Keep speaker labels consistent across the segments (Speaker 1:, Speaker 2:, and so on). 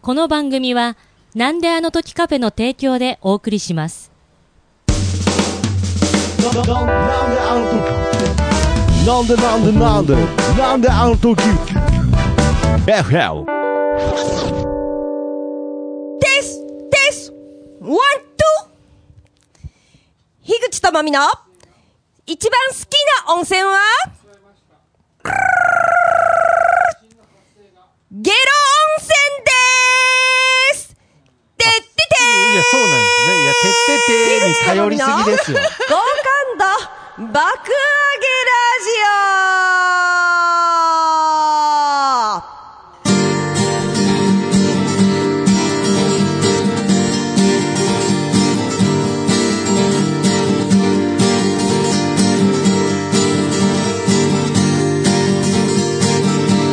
Speaker 1: この番組は、なんであの時カフェの提供でお送りします。
Speaker 2: なんであの時なんでなんでなんでなんであの時 FL
Speaker 3: テステスワン、ツー樋口智美の一番好きな温泉はゲロ温泉ですてってて
Speaker 4: いや、そうなんですね。いや、てっててーに頼りすぎですよ。
Speaker 3: 好感度爆上げラジオは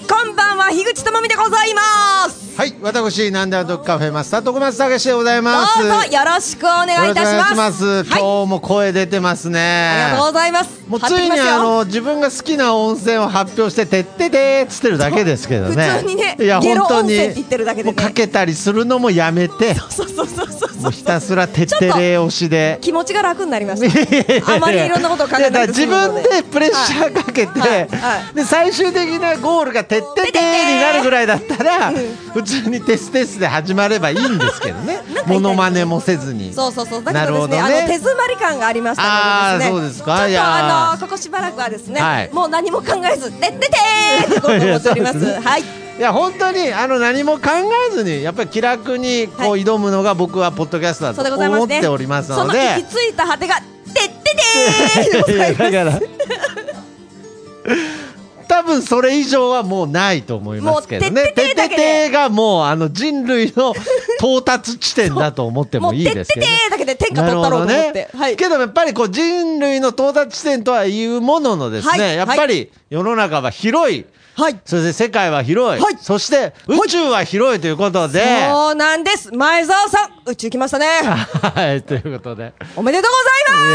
Speaker 3: い、こんばんは、樋口智美でございます。
Speaker 4: はい、私、なんであの時カフェマスター、徳松武史でござい
Speaker 3: ど
Speaker 4: ます。
Speaker 3: うぞよろしくお願いいたします。
Speaker 4: よろくお願いします
Speaker 3: はい、
Speaker 4: 今日も声出てま
Speaker 3: あ
Speaker 4: す
Speaker 3: りが
Speaker 4: ね
Speaker 3: とう。ございます。
Speaker 4: もうつ
Speaker 3: 貼ってき
Speaker 4: い
Speaker 3: ま
Speaker 4: に
Speaker 3: すよ
Speaker 4: あの自分が好きな温泉を発表しててっててーっつってるだけですけどね。
Speaker 3: そう普通にね
Speaker 4: いや
Speaker 3: ゲロ
Speaker 4: 本当に
Speaker 3: 温泉って言ってるだけでね
Speaker 4: もうかけたりするのもやめて、
Speaker 3: そうそうそうそうそう。
Speaker 4: もうひたすらてってれー推しで。
Speaker 3: 気持ちが楽になりま した。あまりいろんなことを考えない
Speaker 4: やだから自分でプレッシャーかけて、
Speaker 3: はいはい
Speaker 4: で最終的なゴールが「てってて」になるぐらいだったら、普通に「テステス」で始まればいいんですけど ねモノマネもせずに
Speaker 3: そうそうそう。だ
Speaker 4: な
Speaker 3: け
Speaker 4: る
Speaker 3: ど
Speaker 4: ほ
Speaker 3: です
Speaker 4: ど
Speaker 3: ね、あの手
Speaker 4: ね
Speaker 3: 詰まり感がありましたのでですね。
Speaker 4: あーそうですか
Speaker 3: ちょっ
Speaker 4: い
Speaker 3: と
Speaker 4: やー
Speaker 3: あのここしばらくはですね、
Speaker 4: はい
Speaker 3: もう何も考えずででてーってこうと思っております。
Speaker 4: いやそうですね
Speaker 3: はい。
Speaker 4: いや本当にあの何も考えずにやっぱり気楽にこう
Speaker 3: はい
Speaker 4: 挑むのが僕はポッドキャストだ
Speaker 3: そうで
Speaker 4: と
Speaker 3: ございま
Speaker 4: 思
Speaker 3: す
Speaker 4: っ
Speaker 3: ね。
Speaker 4: ておりますので
Speaker 3: その行き着いた果てがででてーでご
Speaker 4: い
Speaker 3: ざ
Speaker 4: や
Speaker 3: います。
Speaker 4: だから多分それ以上はもうないと思いますけど
Speaker 3: も
Speaker 4: ね
Speaker 3: う。てって
Speaker 4: て
Speaker 3: て
Speaker 4: て
Speaker 3: だけで
Speaker 4: てがもうあの人類の到達地点だと思って
Speaker 3: も
Speaker 4: も
Speaker 3: う
Speaker 4: いい
Speaker 3: でで
Speaker 4: です
Speaker 3: て
Speaker 4: けどね。
Speaker 3: ーだけで天下
Speaker 4: な
Speaker 3: 取
Speaker 4: る
Speaker 3: った
Speaker 4: ほ
Speaker 3: ろ
Speaker 4: ど
Speaker 3: うと思って。
Speaker 4: ね
Speaker 3: はい。
Speaker 4: けどやっぱりこう人類の到達地点とはいうもののですね、
Speaker 3: はい
Speaker 4: やっぱり世の中は広い、
Speaker 3: はい。
Speaker 4: そして世界は広い、
Speaker 3: はい
Speaker 4: そして宇宙は広いということで、
Speaker 3: そうなんです。前澤さん、宇宙来ましたね。
Speaker 4: はい、ということで。
Speaker 3: おめでとう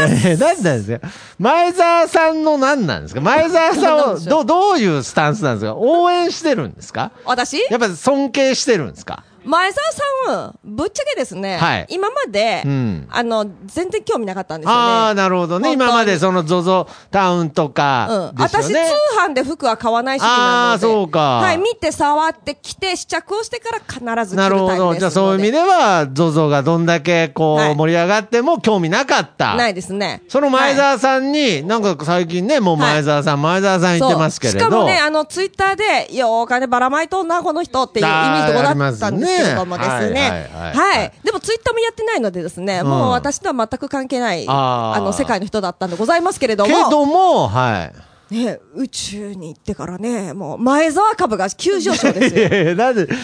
Speaker 3: ございます。
Speaker 4: いやいや、なんなんですか前澤さんの何なんですか前澤さんをど、どういうスタンスなんですか応援してるんですか
Speaker 3: 私
Speaker 4: やっぱ尊敬してるんですか
Speaker 3: 前澤さん、ぶっちゃけですね、
Speaker 4: はい
Speaker 3: 今まで、
Speaker 4: うん
Speaker 3: あの、全然興味なかったんですよね。
Speaker 4: ああ、なるほどね。
Speaker 3: 本当に
Speaker 4: 今までその ZOZO タウンと
Speaker 3: うん
Speaker 4: かですよ
Speaker 3: 私、通
Speaker 4: ね。
Speaker 3: 販で服は買わない主義なので。
Speaker 4: あーそうか
Speaker 3: はい、見て、触って、着て、試着をしてから必ず着るタ
Speaker 4: な
Speaker 3: イプです
Speaker 4: る
Speaker 3: の
Speaker 4: ほ
Speaker 3: で。
Speaker 4: ど。じゃあそういう意味
Speaker 3: で。
Speaker 4: では、ZOZO がどんだけこ
Speaker 3: は
Speaker 4: う
Speaker 3: い
Speaker 4: 盛り上がっても興味なかった。
Speaker 3: ないですね。
Speaker 4: その前
Speaker 3: はい
Speaker 4: 澤さんに、なんか最近ね、もう前澤さん、前澤さん言ってますけれど。
Speaker 3: そうしかもね、あの、ツイッターで、ようお金ばらまいとんな、この人っていう意味のとこだったんですけれどもですね。
Speaker 4: ありますねはいはいはい
Speaker 3: はいでもツイッターもやってないのでですね、
Speaker 4: ん
Speaker 3: もう私とは全く関係ない、
Speaker 4: あ
Speaker 3: あ
Speaker 4: ー
Speaker 3: の、世界の人だったんでございますけれども。
Speaker 4: けども、はい。
Speaker 3: ね、宇宙に行ってからね、もう前澤株が急上昇です
Speaker 4: い
Speaker 3: よ。
Speaker 4: やいやなんで、樋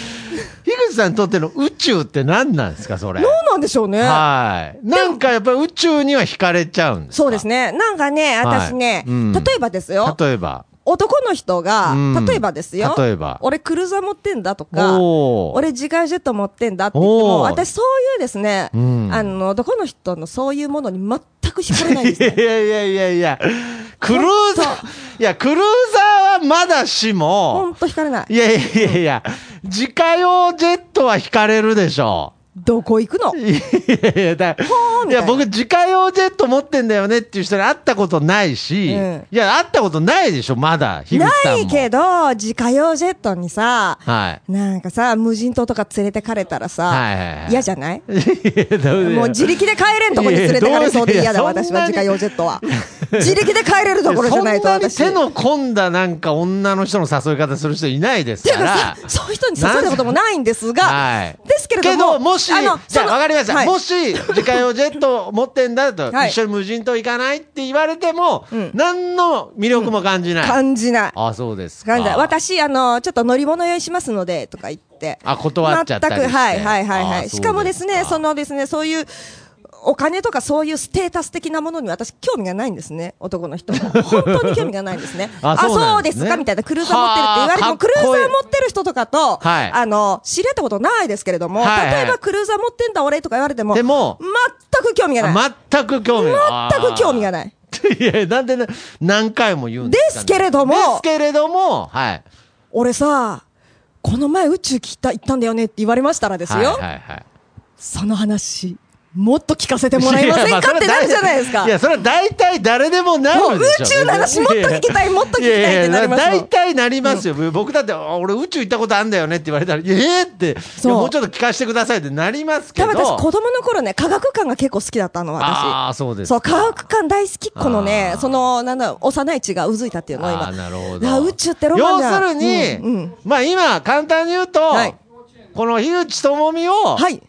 Speaker 4: 口さんにとっての宇宙って何なんですか、それ。
Speaker 3: どうなんでしょうね。
Speaker 4: はい。なんかやっぱり宇宙には惹かれちゃうんですか
Speaker 3: そうです
Speaker 4: ね。
Speaker 3: ね。なんかね、
Speaker 4: はい
Speaker 3: 私ね、
Speaker 4: うん
Speaker 3: 例えばですよ。
Speaker 4: 例えば。
Speaker 3: 男の人が、
Speaker 4: うん
Speaker 3: 例えばですよ。
Speaker 4: 例えば
Speaker 3: 俺クルーザー持ってんだとか、
Speaker 4: おー
Speaker 3: 俺自家ジェット持ってんだって言っても、
Speaker 4: おー
Speaker 3: 私そういうですね、
Speaker 4: うん
Speaker 3: あの、男の人のそういうものに全く惹かれないです
Speaker 4: い
Speaker 3: ね。
Speaker 4: やいやいやいや、クルーザー、いや、クルーザーはまだし
Speaker 3: ほ
Speaker 4: も
Speaker 3: ん、と惹かれない。
Speaker 4: いやいやいやいや、自家用ジェットは惹かれるでしょう。
Speaker 3: どこ行くの
Speaker 4: いやいやだ
Speaker 3: ー
Speaker 4: い
Speaker 3: みたい
Speaker 4: や
Speaker 3: な
Speaker 4: 僕自家用ジェット持ってんだよねっていう人に会ったことないし、
Speaker 3: うん
Speaker 4: いや会ったことないでしょまだ樋口さ
Speaker 3: なん
Speaker 4: も
Speaker 3: いけど、自家用ジェットにさ、
Speaker 4: はい
Speaker 3: なんかさ、無人島とか連れてかれたら
Speaker 4: はいはい
Speaker 3: さ
Speaker 4: は、い
Speaker 3: 嫌じゃないも
Speaker 4: も
Speaker 3: う自力で帰れんとこに連れてかれそうで嫌だ、
Speaker 4: いやいや
Speaker 3: 私は、
Speaker 4: そん
Speaker 3: 自家
Speaker 4: なに
Speaker 3: 用ジェット は。自力で帰れるところじゃないと、
Speaker 4: そんなに
Speaker 3: 私。
Speaker 4: 手の込んだなんか女の人の誘い方する人いないです
Speaker 3: て
Speaker 4: か
Speaker 3: かさ
Speaker 4: ら。、
Speaker 3: そういう人に誘ったこともないんです
Speaker 4: は
Speaker 3: が
Speaker 4: い、、
Speaker 3: ですけれども、
Speaker 4: し、じゃあわかりました、も
Speaker 3: し、
Speaker 4: し自家用ジェット持ってんだと、
Speaker 3: はい
Speaker 4: 一緒に無人島行かないって言われても、
Speaker 3: うん
Speaker 4: 何の魅力も感じない。
Speaker 3: 感じない。
Speaker 4: あ、そうですか。
Speaker 3: 感じない。私、あの、ちょっと乗り物用意しますので、とか言って。
Speaker 4: あ断っちゃったりして
Speaker 3: 全く、はい、はい、はい、
Speaker 4: あ
Speaker 3: は
Speaker 4: そうで
Speaker 3: い。
Speaker 4: す
Speaker 3: し
Speaker 4: か。
Speaker 3: かもですね、そのですね、そういう、お金とかそういうステータス的なものに私興味がないんですね。男の人は。本当に興味がないんですね
Speaker 4: あそうなんで
Speaker 3: です
Speaker 4: ね
Speaker 3: かみたいな。クルーザー持ってるって言われて
Speaker 4: はあ
Speaker 3: も、クルーザ
Speaker 4: かっこいい
Speaker 3: ー持ってる人とかと、
Speaker 4: はい
Speaker 3: あの、知り合ったことないですけれども、
Speaker 4: はいはい
Speaker 3: 例えばクルーザー持ってんだ俺とか言われても、
Speaker 4: でも
Speaker 3: 全く興味がない。
Speaker 4: 全く興味がない。
Speaker 3: 全く興味が
Speaker 4: な
Speaker 3: ない。
Speaker 4: い。いや、なんでね、何回も言うんですか、ね、
Speaker 3: ですけれども
Speaker 4: ですけれども、はい。
Speaker 3: 俺さ、この前宇宙聞いた、行ったんだよねって言われましたらですよ、
Speaker 4: はいはいはい
Speaker 3: その話、もっと聞かせてもらえませんかってなるじゃないですか。
Speaker 4: いや、それは大体誰でもな
Speaker 3: もう
Speaker 4: る
Speaker 3: 宇
Speaker 4: でしょ。
Speaker 3: 宙の話もっと聞きたい、もっと聞きたいってなりますもん
Speaker 4: 大体なりますよ。僕だって、あ俺宇宙行ったことあんだよねって言われたら、ええって、
Speaker 3: そう
Speaker 4: いやもうちょっと聞かせてくださいってなりますけ
Speaker 3: 多
Speaker 4: ど。
Speaker 3: 分私子供の頃ね科学館が結構好きだったの
Speaker 4: あ
Speaker 3: 私
Speaker 4: あ、そうですか。
Speaker 3: そう科学館大好きっ子のね
Speaker 4: あー
Speaker 3: そのなんだ幼い血がうずいたっていうの
Speaker 4: あ
Speaker 3: 今
Speaker 4: あ、なるほ
Speaker 3: だから
Speaker 4: ど。
Speaker 3: 宇宙ってロマンじゃん
Speaker 4: 要するに、
Speaker 3: うんうん
Speaker 4: まあ今、簡単に言うと、
Speaker 3: はい
Speaker 4: この樋口智美を、
Speaker 3: はい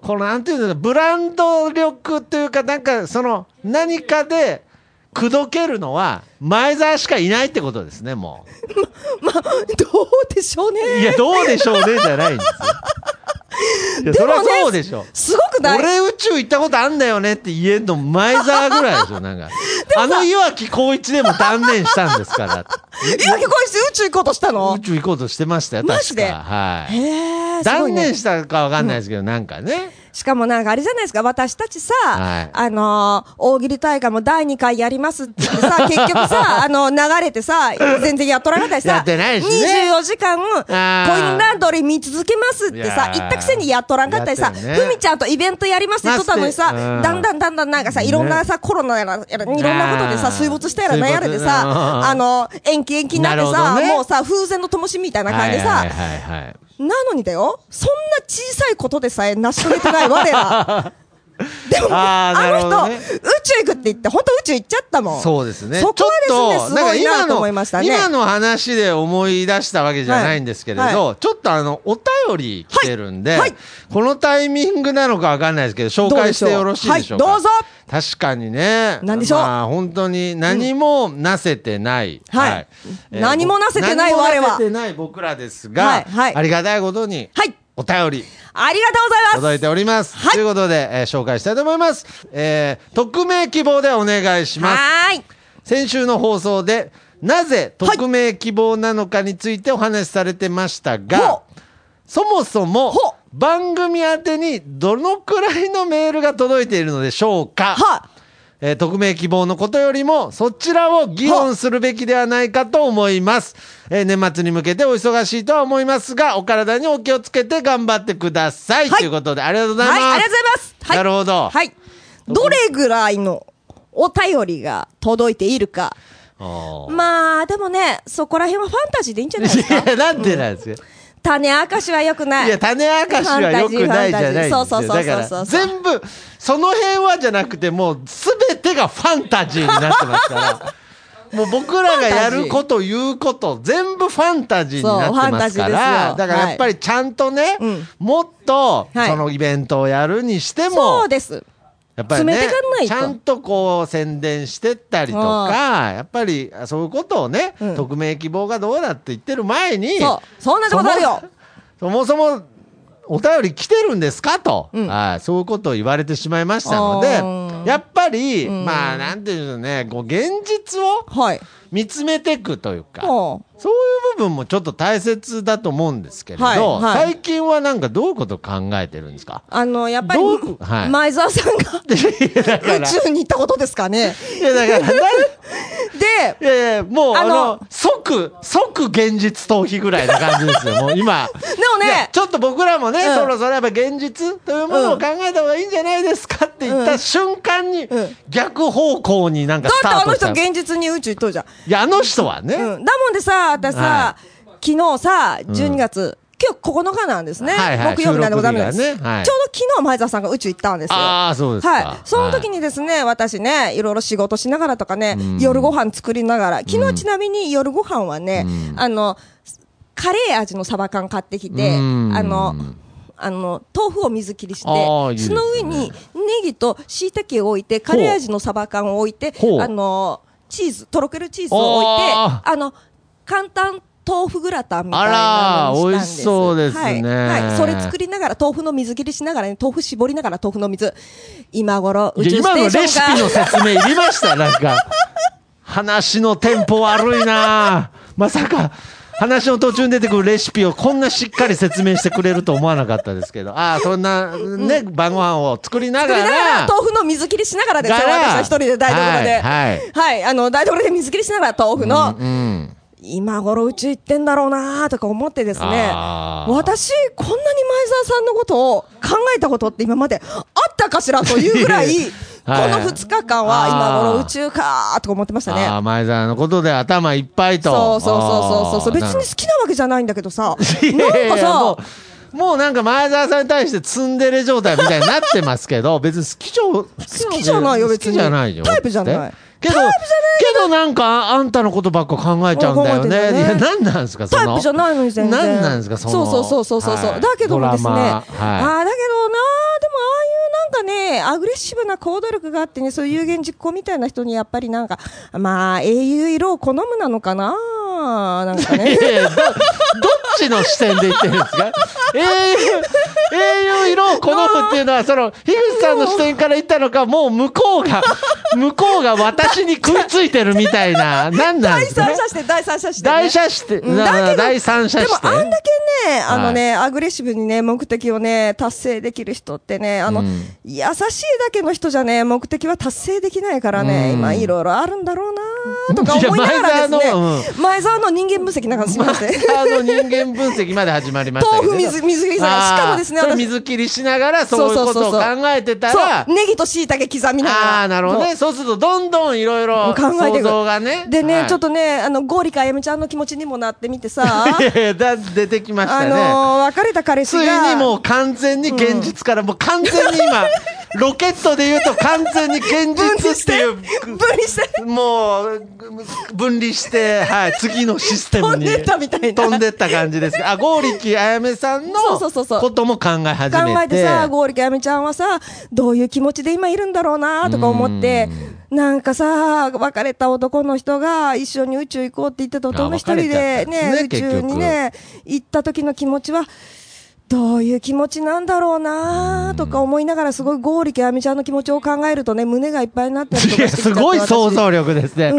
Speaker 4: このなんていうのブランド力というかなんかその何かで口説けるのは前澤しかいないってことですねも
Speaker 3: まあどうでしょうね
Speaker 4: ういやどうでしょうねじゃないんですよいやそれはそうでしょ
Speaker 3: すごくない
Speaker 4: 俺宇宙行ったことあんだよねって言えんの前澤ぐらいでしょなんかあの岩城浩一でも断念したんです から
Speaker 3: 岩城浩一宇宙行こうとしたの
Speaker 4: 宇宙行こうとしてましたよ
Speaker 3: マ
Speaker 4: 確
Speaker 3: ジで
Speaker 4: かは
Speaker 3: へ
Speaker 4: い
Speaker 3: えすごい
Speaker 4: 断
Speaker 3: ね
Speaker 4: 念したかわかんないですけどなんかね
Speaker 3: しかもなんかあれじゃないですか私たちさ、
Speaker 4: はい
Speaker 3: あのー大喜利大会も第2回やりますって言ってさ 結局さあの流れてさ全然やっとらなかったしさ
Speaker 4: やってないしね
Speaker 3: 24時間
Speaker 4: ー
Speaker 3: コインランドリー見続けますって
Speaker 4: いや
Speaker 3: さ
Speaker 4: ー
Speaker 3: 言ったくせにやっとらんかったりさ
Speaker 4: やって
Speaker 3: ふ
Speaker 4: る
Speaker 3: み、
Speaker 4: ね
Speaker 3: ちゃんとイベントやりますって言っとったのにさ、
Speaker 4: まあうん
Speaker 3: だんだんだんだんなんかさいろんなさ、コロナやらいろんなことでさ
Speaker 4: あー
Speaker 3: 水没したやらなんやらで
Speaker 4: 水
Speaker 3: さ
Speaker 4: 没
Speaker 3: あの延期延期になって
Speaker 4: なる
Speaker 3: さ
Speaker 4: ほどね
Speaker 3: もうさ風前の灯火みたいな
Speaker 4: は
Speaker 3: 感
Speaker 4: い
Speaker 3: じでさ、
Speaker 4: はいはいはい
Speaker 3: なのにだよ、そんな小さいことでさえ成し遂げてない我ら。 でも、
Speaker 4: あ
Speaker 3: あ
Speaker 4: ーなるほど
Speaker 3: の人、
Speaker 4: ね
Speaker 3: 宇宙行くって言って、本当宇宙行っちゃったもん。
Speaker 4: そうですね。
Speaker 3: そこはですね、す
Speaker 4: ち
Speaker 3: ごい
Speaker 4: ょっなんか今
Speaker 3: な
Speaker 4: の
Speaker 3: と思いましたね。
Speaker 4: 今の話で思い出したわけじゃないんですけれど、
Speaker 3: はいは
Speaker 4: ちょっとあの、お便り来てるんで、
Speaker 3: はいはい
Speaker 4: このタイミングなのかわかんないですけど、紹
Speaker 3: どう
Speaker 4: 介
Speaker 3: で
Speaker 4: し
Speaker 3: しょう
Speaker 4: てよろしいでしょうか。
Speaker 3: はいどうぞ
Speaker 4: 確かにね。
Speaker 3: 何でしょう
Speaker 4: まあ、本当に何もなせてない。
Speaker 3: はい何もなせてない我は
Speaker 4: 何もなせてない僕らですが、
Speaker 3: はいはい
Speaker 4: ありがたいことに、
Speaker 3: はい。
Speaker 4: お便り
Speaker 3: ありがとうございます。
Speaker 4: 届いております。
Speaker 3: はい
Speaker 4: ということで、えー紹介したいと思います。えー、匿名希望でお願いします。
Speaker 3: はーい。
Speaker 4: 先週の放送でなぜ匿名希望なのかについてお話しされてましたが、
Speaker 3: ほ
Speaker 4: そもそも
Speaker 3: ほ
Speaker 4: 番組宛てにどのくらいのメールが届いているのでしょうか、
Speaker 3: は
Speaker 4: えー匿名希望のことよりもそちらを議論するべきではないかと思います、えー年末に向けてお忙しいとは思いますがお体にお気をつけて頑張ってください、
Speaker 3: はい
Speaker 4: ということでありがとうございます、
Speaker 3: はい、ありがとうございます。はい。
Speaker 4: なるほど、
Speaker 3: はい。どれぐらいのお便りが届いているか。
Speaker 4: おー
Speaker 3: まあ、でもね、そこら辺はファンタジーでいいんじゃないですか
Speaker 4: い。やなんでなんですか、
Speaker 3: 種明かしは良くない。
Speaker 4: いや、種明かしは良くないじゃないんです
Speaker 3: ファン
Speaker 4: よ。
Speaker 3: タジーファンタジーそうそうそうそう
Speaker 4: だか
Speaker 3: そう
Speaker 4: ら、
Speaker 3: そう
Speaker 4: 全部、その辺はじゃなくて、もう、すべてがファンタジーになってます から。もう僕らがやること、言うこと、全部ファンタジーになっ
Speaker 3: そう
Speaker 4: てますから、
Speaker 3: ファンタジーですよ
Speaker 4: だからやっぱりちゃんとね、
Speaker 3: うん
Speaker 4: もっと、
Speaker 3: はい
Speaker 4: そのイベントをやるにしても
Speaker 3: そう、です。
Speaker 4: やっぱりね
Speaker 3: 詰めてかんないと
Speaker 4: ちゃんとこう宣伝してったりとか、やっぱりそういうことをね、
Speaker 3: うん
Speaker 4: 匿名希望がどうだって言ってる前に、
Speaker 3: そうそんなことあるよ
Speaker 4: そもそもそもお便り来てるんですかと、
Speaker 3: うん
Speaker 4: はいそういうことを言われてしまいました
Speaker 3: あ
Speaker 4: の
Speaker 3: ー
Speaker 4: で、やっぱり、
Speaker 3: ん
Speaker 4: まあなんていうんでしょうね、こう現実を
Speaker 3: はい。
Speaker 4: 見つめていくというか、
Speaker 3: もう。
Speaker 4: そういう部分もちょっと大切だと思うんですけれど、
Speaker 3: はいはい
Speaker 4: 最近はなんかどういうことを考えてるんですか
Speaker 3: あの、やっぱり
Speaker 4: どう、はい
Speaker 3: 前澤さんが宇宙に行ったことですか ね。
Speaker 4: いやだからなん
Speaker 3: で、
Speaker 4: いやいや、もう、
Speaker 3: あ
Speaker 4: あ
Speaker 3: の
Speaker 4: の、即、即現実逃避ぐらいな感じですよ、も う今。
Speaker 3: でも
Speaker 4: いや
Speaker 3: ね、
Speaker 4: ちょっと僕らもね、
Speaker 3: うん
Speaker 4: そろそろやっぱ現実というものを考えた方がいいんじゃないですかって言っ
Speaker 3: う
Speaker 4: た瞬間に、
Speaker 3: うん
Speaker 4: 逆方向になん
Speaker 3: だ
Speaker 4: かス
Speaker 3: って
Speaker 4: ター
Speaker 3: あ
Speaker 4: ト
Speaker 3: の
Speaker 4: した。
Speaker 3: 人現実に宇宙行っとるじゃん。
Speaker 4: いや、あの人はね、
Speaker 3: うん。だもんでさ、私さ
Speaker 4: は、
Speaker 3: 昨日さ、12月、今日9日なんですね。
Speaker 4: はいはい
Speaker 3: 木曜日なんでございます。
Speaker 4: 収
Speaker 3: ちょう
Speaker 4: 録日
Speaker 3: ど
Speaker 4: がねはい
Speaker 3: 昨日前澤さんが宇宙行ったんですよ。
Speaker 4: ああ、そうですか。
Speaker 3: はい。その時
Speaker 4: に、
Speaker 3: にですね、私ね、いろいろ仕事しながらとかね、
Speaker 4: うん
Speaker 3: 夜ご飯作りながら、昨日ちなみに夜ご飯はね、
Speaker 4: うん
Speaker 3: あの、カレー味のサバ缶買ってきて、
Speaker 4: うん
Speaker 3: あの、あの、豆腐を水切りして、
Speaker 4: あーいいです
Speaker 3: そ
Speaker 4: ね
Speaker 3: の上にネギと椎茸を置いて、カレー味のサバ缶を置いて
Speaker 4: ほ、う
Speaker 3: あの、チーズ、とろけるチーズを置いて、
Speaker 4: あ
Speaker 3: あの、簡単豆腐グラタンみたいな
Speaker 4: あら
Speaker 3: のにしたんです。
Speaker 4: 美味しそうですね
Speaker 3: はい。はい、それ作りながら、豆腐の水切りしながらね、豆腐絞りながら豆腐の水。今頃、宇
Speaker 4: い
Speaker 3: 宙
Speaker 4: や
Speaker 3: ス
Speaker 4: 今
Speaker 3: テ
Speaker 4: の
Speaker 3: ーシ
Speaker 4: レシ
Speaker 3: ョンが
Speaker 4: ピの説明いりました、なん か。話のテンポ悪いなまさか、話の途中に出てくるレシピをこんなしっかり説明してくれると思わなかったですけど、ああ、そんな、ね、晩ご飯を作りな
Speaker 3: 作
Speaker 4: が
Speaker 3: りながら
Speaker 4: ら、
Speaker 3: 豆腐の水切りしながらですよ、
Speaker 4: がら
Speaker 3: 私は一人で台所で。
Speaker 4: はいはい
Speaker 3: はいあの、台所で水切りしながら豆腐の
Speaker 4: うん
Speaker 3: 今頃うち行ってんだろうなーとか思ってですね、
Speaker 4: あー
Speaker 3: 私、こんなに前澤さんのことを考えたことって今まであったかしらというぐらい、
Speaker 4: いえいえ はい
Speaker 3: この2日間は今頃宇宙かーとか思ってましたね。
Speaker 4: ああ、前澤のことで頭いっぱい
Speaker 3: そう
Speaker 4: と。
Speaker 3: そうそうそうそう。別に好きなわけじゃないんだけどさ。なん
Speaker 4: いや
Speaker 3: か
Speaker 4: いやも
Speaker 3: さ、
Speaker 4: うもうなんか前澤さんに対してツンデレ状態みたいになってます けど、別に好きじゃ、好
Speaker 3: きじゃないよ別に
Speaker 4: 好きじゃないよ。
Speaker 3: タイプじゃない
Speaker 4: ってけど、けどなんかあんたのことばっか考えちゃうんだよね。
Speaker 3: 考えてる
Speaker 4: い
Speaker 3: よね
Speaker 4: や、なんなんですか、その。
Speaker 3: タイプじゃないのに全然。
Speaker 4: なんなんですかその
Speaker 3: そうそうそうそうそう。
Speaker 4: はい
Speaker 3: だけどもですね。あ
Speaker 4: ドラマはい
Speaker 3: あーだけどなー、でもああいうなんかね、アグレッシブな行動力があってね、そういう有言実行みたいな人にやっぱりなんか、まあ、英雄色を好むなのかなーなんか
Speaker 4: い
Speaker 3: ね。
Speaker 4: やいやどどっちの視点で言ってるんですか 英雄、英雄色を好むっていうのは、その、樋口さんの視点から言ったのか、もう向こう が、向こうが私に食いついてるみたいな、なんなん
Speaker 3: 第
Speaker 4: ですか
Speaker 3: 三者視点、第三者視点ね、
Speaker 4: 第三者視点、
Speaker 3: うんだけど
Speaker 4: な第三者
Speaker 3: でも
Speaker 4: 視
Speaker 3: あん
Speaker 4: 点
Speaker 3: だけね、あのね、アグレッシブにね、目的をね、達成できる人ってね、あの、
Speaker 4: うん
Speaker 3: 優しいだけの人じゃね、目的は達成できないからね、
Speaker 4: うん
Speaker 3: 今いろいろあるんだろうなーとか思いながらですね
Speaker 4: いや前澤、
Speaker 3: 前澤の人間分析なんかすみません。
Speaker 4: あの人間分析まで始まりましたけど
Speaker 3: 豆腐水水切りさん
Speaker 4: あー
Speaker 3: しかもですね
Speaker 4: それ
Speaker 3: 私
Speaker 4: 水切りしながらそういうことを考えてたら
Speaker 3: そう、ネギと椎茸刻みながら。
Speaker 4: ああーなるほどねそうするとどんどんいろいろ
Speaker 3: そう。考えて
Speaker 4: 想
Speaker 3: いく
Speaker 4: 像がね
Speaker 3: でね、
Speaker 4: はい
Speaker 3: ちょっとね、あの、ゴーリかあやめちゃんの気持ちにもなってみてさ、
Speaker 4: いやいやだ出てきました
Speaker 3: あ
Speaker 4: ね、
Speaker 3: のー別れた彼氏
Speaker 4: つ
Speaker 3: が。
Speaker 4: いにもう完全に現実から、もう完全に 今ロケットで言うと完全に現
Speaker 3: 分離し
Speaker 4: 実って
Speaker 3: て、
Speaker 4: いう
Speaker 3: 分離して。
Speaker 4: もう分離して、はい、次のシステム
Speaker 3: 飛
Speaker 4: に
Speaker 3: んでったみたいな
Speaker 4: 飛んでった感じですあ剛力あやめさんの
Speaker 3: そうそうそうそう
Speaker 4: ことも考え始めて
Speaker 3: 考えてさ、ゴーリキやめちゃんはさ、どういう気持ちで今いるんだろうなとか思って、なんかさ、別れた男の人が一緒に宇宙行こうって言ってた男の一人で、
Speaker 4: あ別れち
Speaker 3: ね、
Speaker 4: ゃったん
Speaker 3: 宇
Speaker 4: ですね
Speaker 3: 宙にね、行った時の気持ちは、どういう気持ちなんだろうなとか思いながら、すごいゴーリキやめちゃんの気持ちを考えるとね、胸がいっぱいになったりと
Speaker 4: い
Speaker 3: か
Speaker 4: や
Speaker 3: してきちゃ
Speaker 4: す
Speaker 3: って
Speaker 4: ごい
Speaker 3: 私
Speaker 4: 想像力ですね、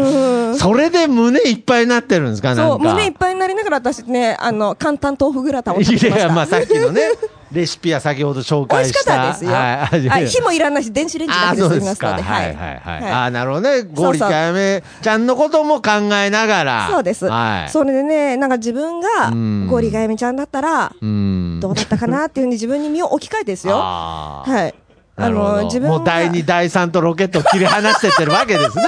Speaker 4: それで胸いっぱいになってるんですかなんか
Speaker 3: そう、胸いっぱいになりながら私ね、あの、簡単豆腐グラタンを食べてまし
Speaker 4: いや
Speaker 3: た。
Speaker 4: まあさっきのねレシピは先ほど紹
Speaker 3: 美
Speaker 4: 介
Speaker 3: 味しか
Speaker 4: し
Speaker 3: ったたですよ。
Speaker 4: はい
Speaker 3: はい、 火もいらないし、電子レンジだ
Speaker 4: あ
Speaker 3: け
Speaker 4: あ
Speaker 3: で
Speaker 4: そ
Speaker 3: 済
Speaker 4: う
Speaker 3: み
Speaker 4: で
Speaker 3: ますすの
Speaker 4: か。
Speaker 3: で。
Speaker 4: はいはいはい。
Speaker 3: はい
Speaker 4: ああ、なるほどね。ゴーリ
Speaker 3: そう
Speaker 4: キあやめちゃんのことも考えながら。
Speaker 3: そうです、
Speaker 4: はい。
Speaker 3: それでね、なんか自分が
Speaker 4: うん
Speaker 3: ゴリがやめちゃんだったら、
Speaker 4: うん。
Speaker 3: どうだったかなっていうふうに自分に身を置き換えてですよ。は
Speaker 4: ああ。
Speaker 3: い。
Speaker 4: なるほど。もう第二、
Speaker 3: が
Speaker 4: 第三とロケットを切り離してってるわけですね。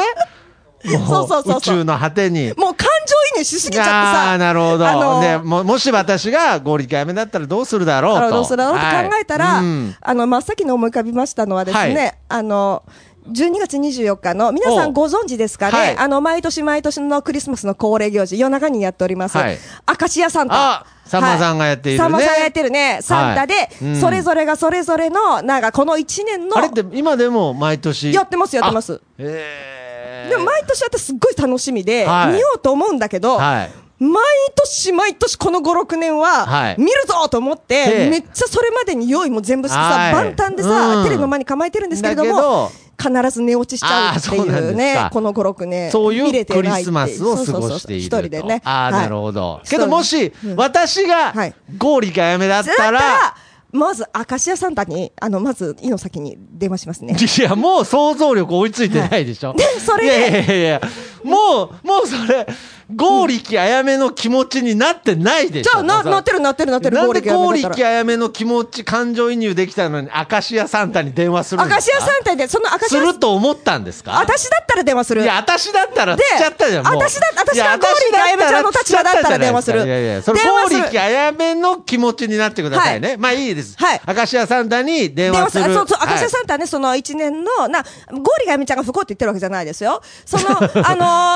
Speaker 4: も
Speaker 3: そうそうそうそう
Speaker 4: 宇宙の果てに。
Speaker 3: もう感情移入しすぎちゃって
Speaker 4: あ
Speaker 3: さ。
Speaker 4: あ、なるほど。
Speaker 3: あの
Speaker 4: ね、も、もし私がゴーリキあやめだったらどうするだろ
Speaker 3: あ
Speaker 4: うと。
Speaker 3: のどうするだろうって考えたら、
Speaker 4: はいうん
Speaker 3: あの、真っ先に思い浮かびましたのはですね、
Speaker 4: は
Speaker 3: あの、12月24日の、皆さ
Speaker 4: お
Speaker 3: ん
Speaker 4: う
Speaker 3: ご存知ですかね、
Speaker 4: はい
Speaker 3: あの、毎年毎年のクリスマスの恒例行事、夜中にやっております、
Speaker 4: はい
Speaker 3: 明石家サンタ
Speaker 4: あ。さんまさんがやっているね
Speaker 3: はさんまさんがやってるね、サンタで、
Speaker 4: はいうん
Speaker 3: それぞれがそれぞれの、なんかこの1年の、
Speaker 4: あれって今でも毎年。
Speaker 3: やってますやってます
Speaker 4: あ。ええ。
Speaker 3: でも毎年私すっごい楽しみで、
Speaker 4: はい
Speaker 3: 見ようと思うんだけど、
Speaker 4: はい。
Speaker 3: 毎年毎年この5、6年
Speaker 4: は
Speaker 3: は、
Speaker 4: い
Speaker 3: 見るぞと思って、
Speaker 4: ええ
Speaker 3: めっちゃそれまでに用意も全部してさ、
Speaker 4: はい
Speaker 3: 万端でさ、
Speaker 4: うん
Speaker 3: テレビの前に構えてるんですけれども、必ず寝落ちしちゃうってい
Speaker 4: あーそうなん
Speaker 3: う
Speaker 4: で
Speaker 3: ね
Speaker 4: すか、
Speaker 3: この5、6年。
Speaker 4: そう
Speaker 3: 見
Speaker 4: い
Speaker 3: れ
Speaker 4: うク
Speaker 3: て
Speaker 4: リ
Speaker 3: ないって
Speaker 4: スマスを過
Speaker 3: そう
Speaker 4: ご
Speaker 3: そう
Speaker 4: し
Speaker 3: そう
Speaker 4: ている
Speaker 3: 一
Speaker 4: と。
Speaker 3: 人でね。は
Speaker 4: ああ、
Speaker 3: い
Speaker 4: なるほど。
Speaker 3: 一人
Speaker 4: け
Speaker 3: で
Speaker 4: どもし、私が
Speaker 3: はい、
Speaker 4: ゴーリがやめだっ
Speaker 3: だった
Speaker 4: たら
Speaker 3: ら、、まず、明石家サンタに、あの、まず、井の先に電話しますね。
Speaker 4: いや、もう想像力追いついてないでしょ。
Speaker 3: で それで
Speaker 4: いやいやいやいや、もう、もうそれ、ゴーリキあやめの気持ちになってないでし
Speaker 3: じゃ
Speaker 4: ょ。
Speaker 3: あ、な、なってるなってるなってる、
Speaker 4: なんで
Speaker 3: ゴ
Speaker 4: ゴ
Speaker 3: ー
Speaker 4: ー
Speaker 3: リキやめ
Speaker 4: リ
Speaker 3: たら
Speaker 4: キあやめの気持ち、感情移入できたのに、アカシアサンタに電話するんです
Speaker 3: 明
Speaker 4: か
Speaker 3: 石家サンタで、その明石
Speaker 4: す
Speaker 3: 家
Speaker 4: ると思ったんですか
Speaker 3: 私だったら電話する。
Speaker 4: いや、私だったら
Speaker 3: で
Speaker 4: つっちゃったじゃん。もう
Speaker 3: 私だ私が
Speaker 4: いや
Speaker 3: ゴーリキあやめちゃんの立場だったら電話する
Speaker 4: いやいや、それ
Speaker 3: 電話
Speaker 4: ゴ
Speaker 3: する
Speaker 4: ーリキあやめの気持ちになってくださいね。まあいいです。
Speaker 3: はい
Speaker 4: 明石家サンタに電話する。
Speaker 3: でもそうそう、明石家
Speaker 4: は
Speaker 3: サンタはね、その一年の、な、ゴーリがやめちゃんが不幸って言ってるわけじゃないですよ。その、あの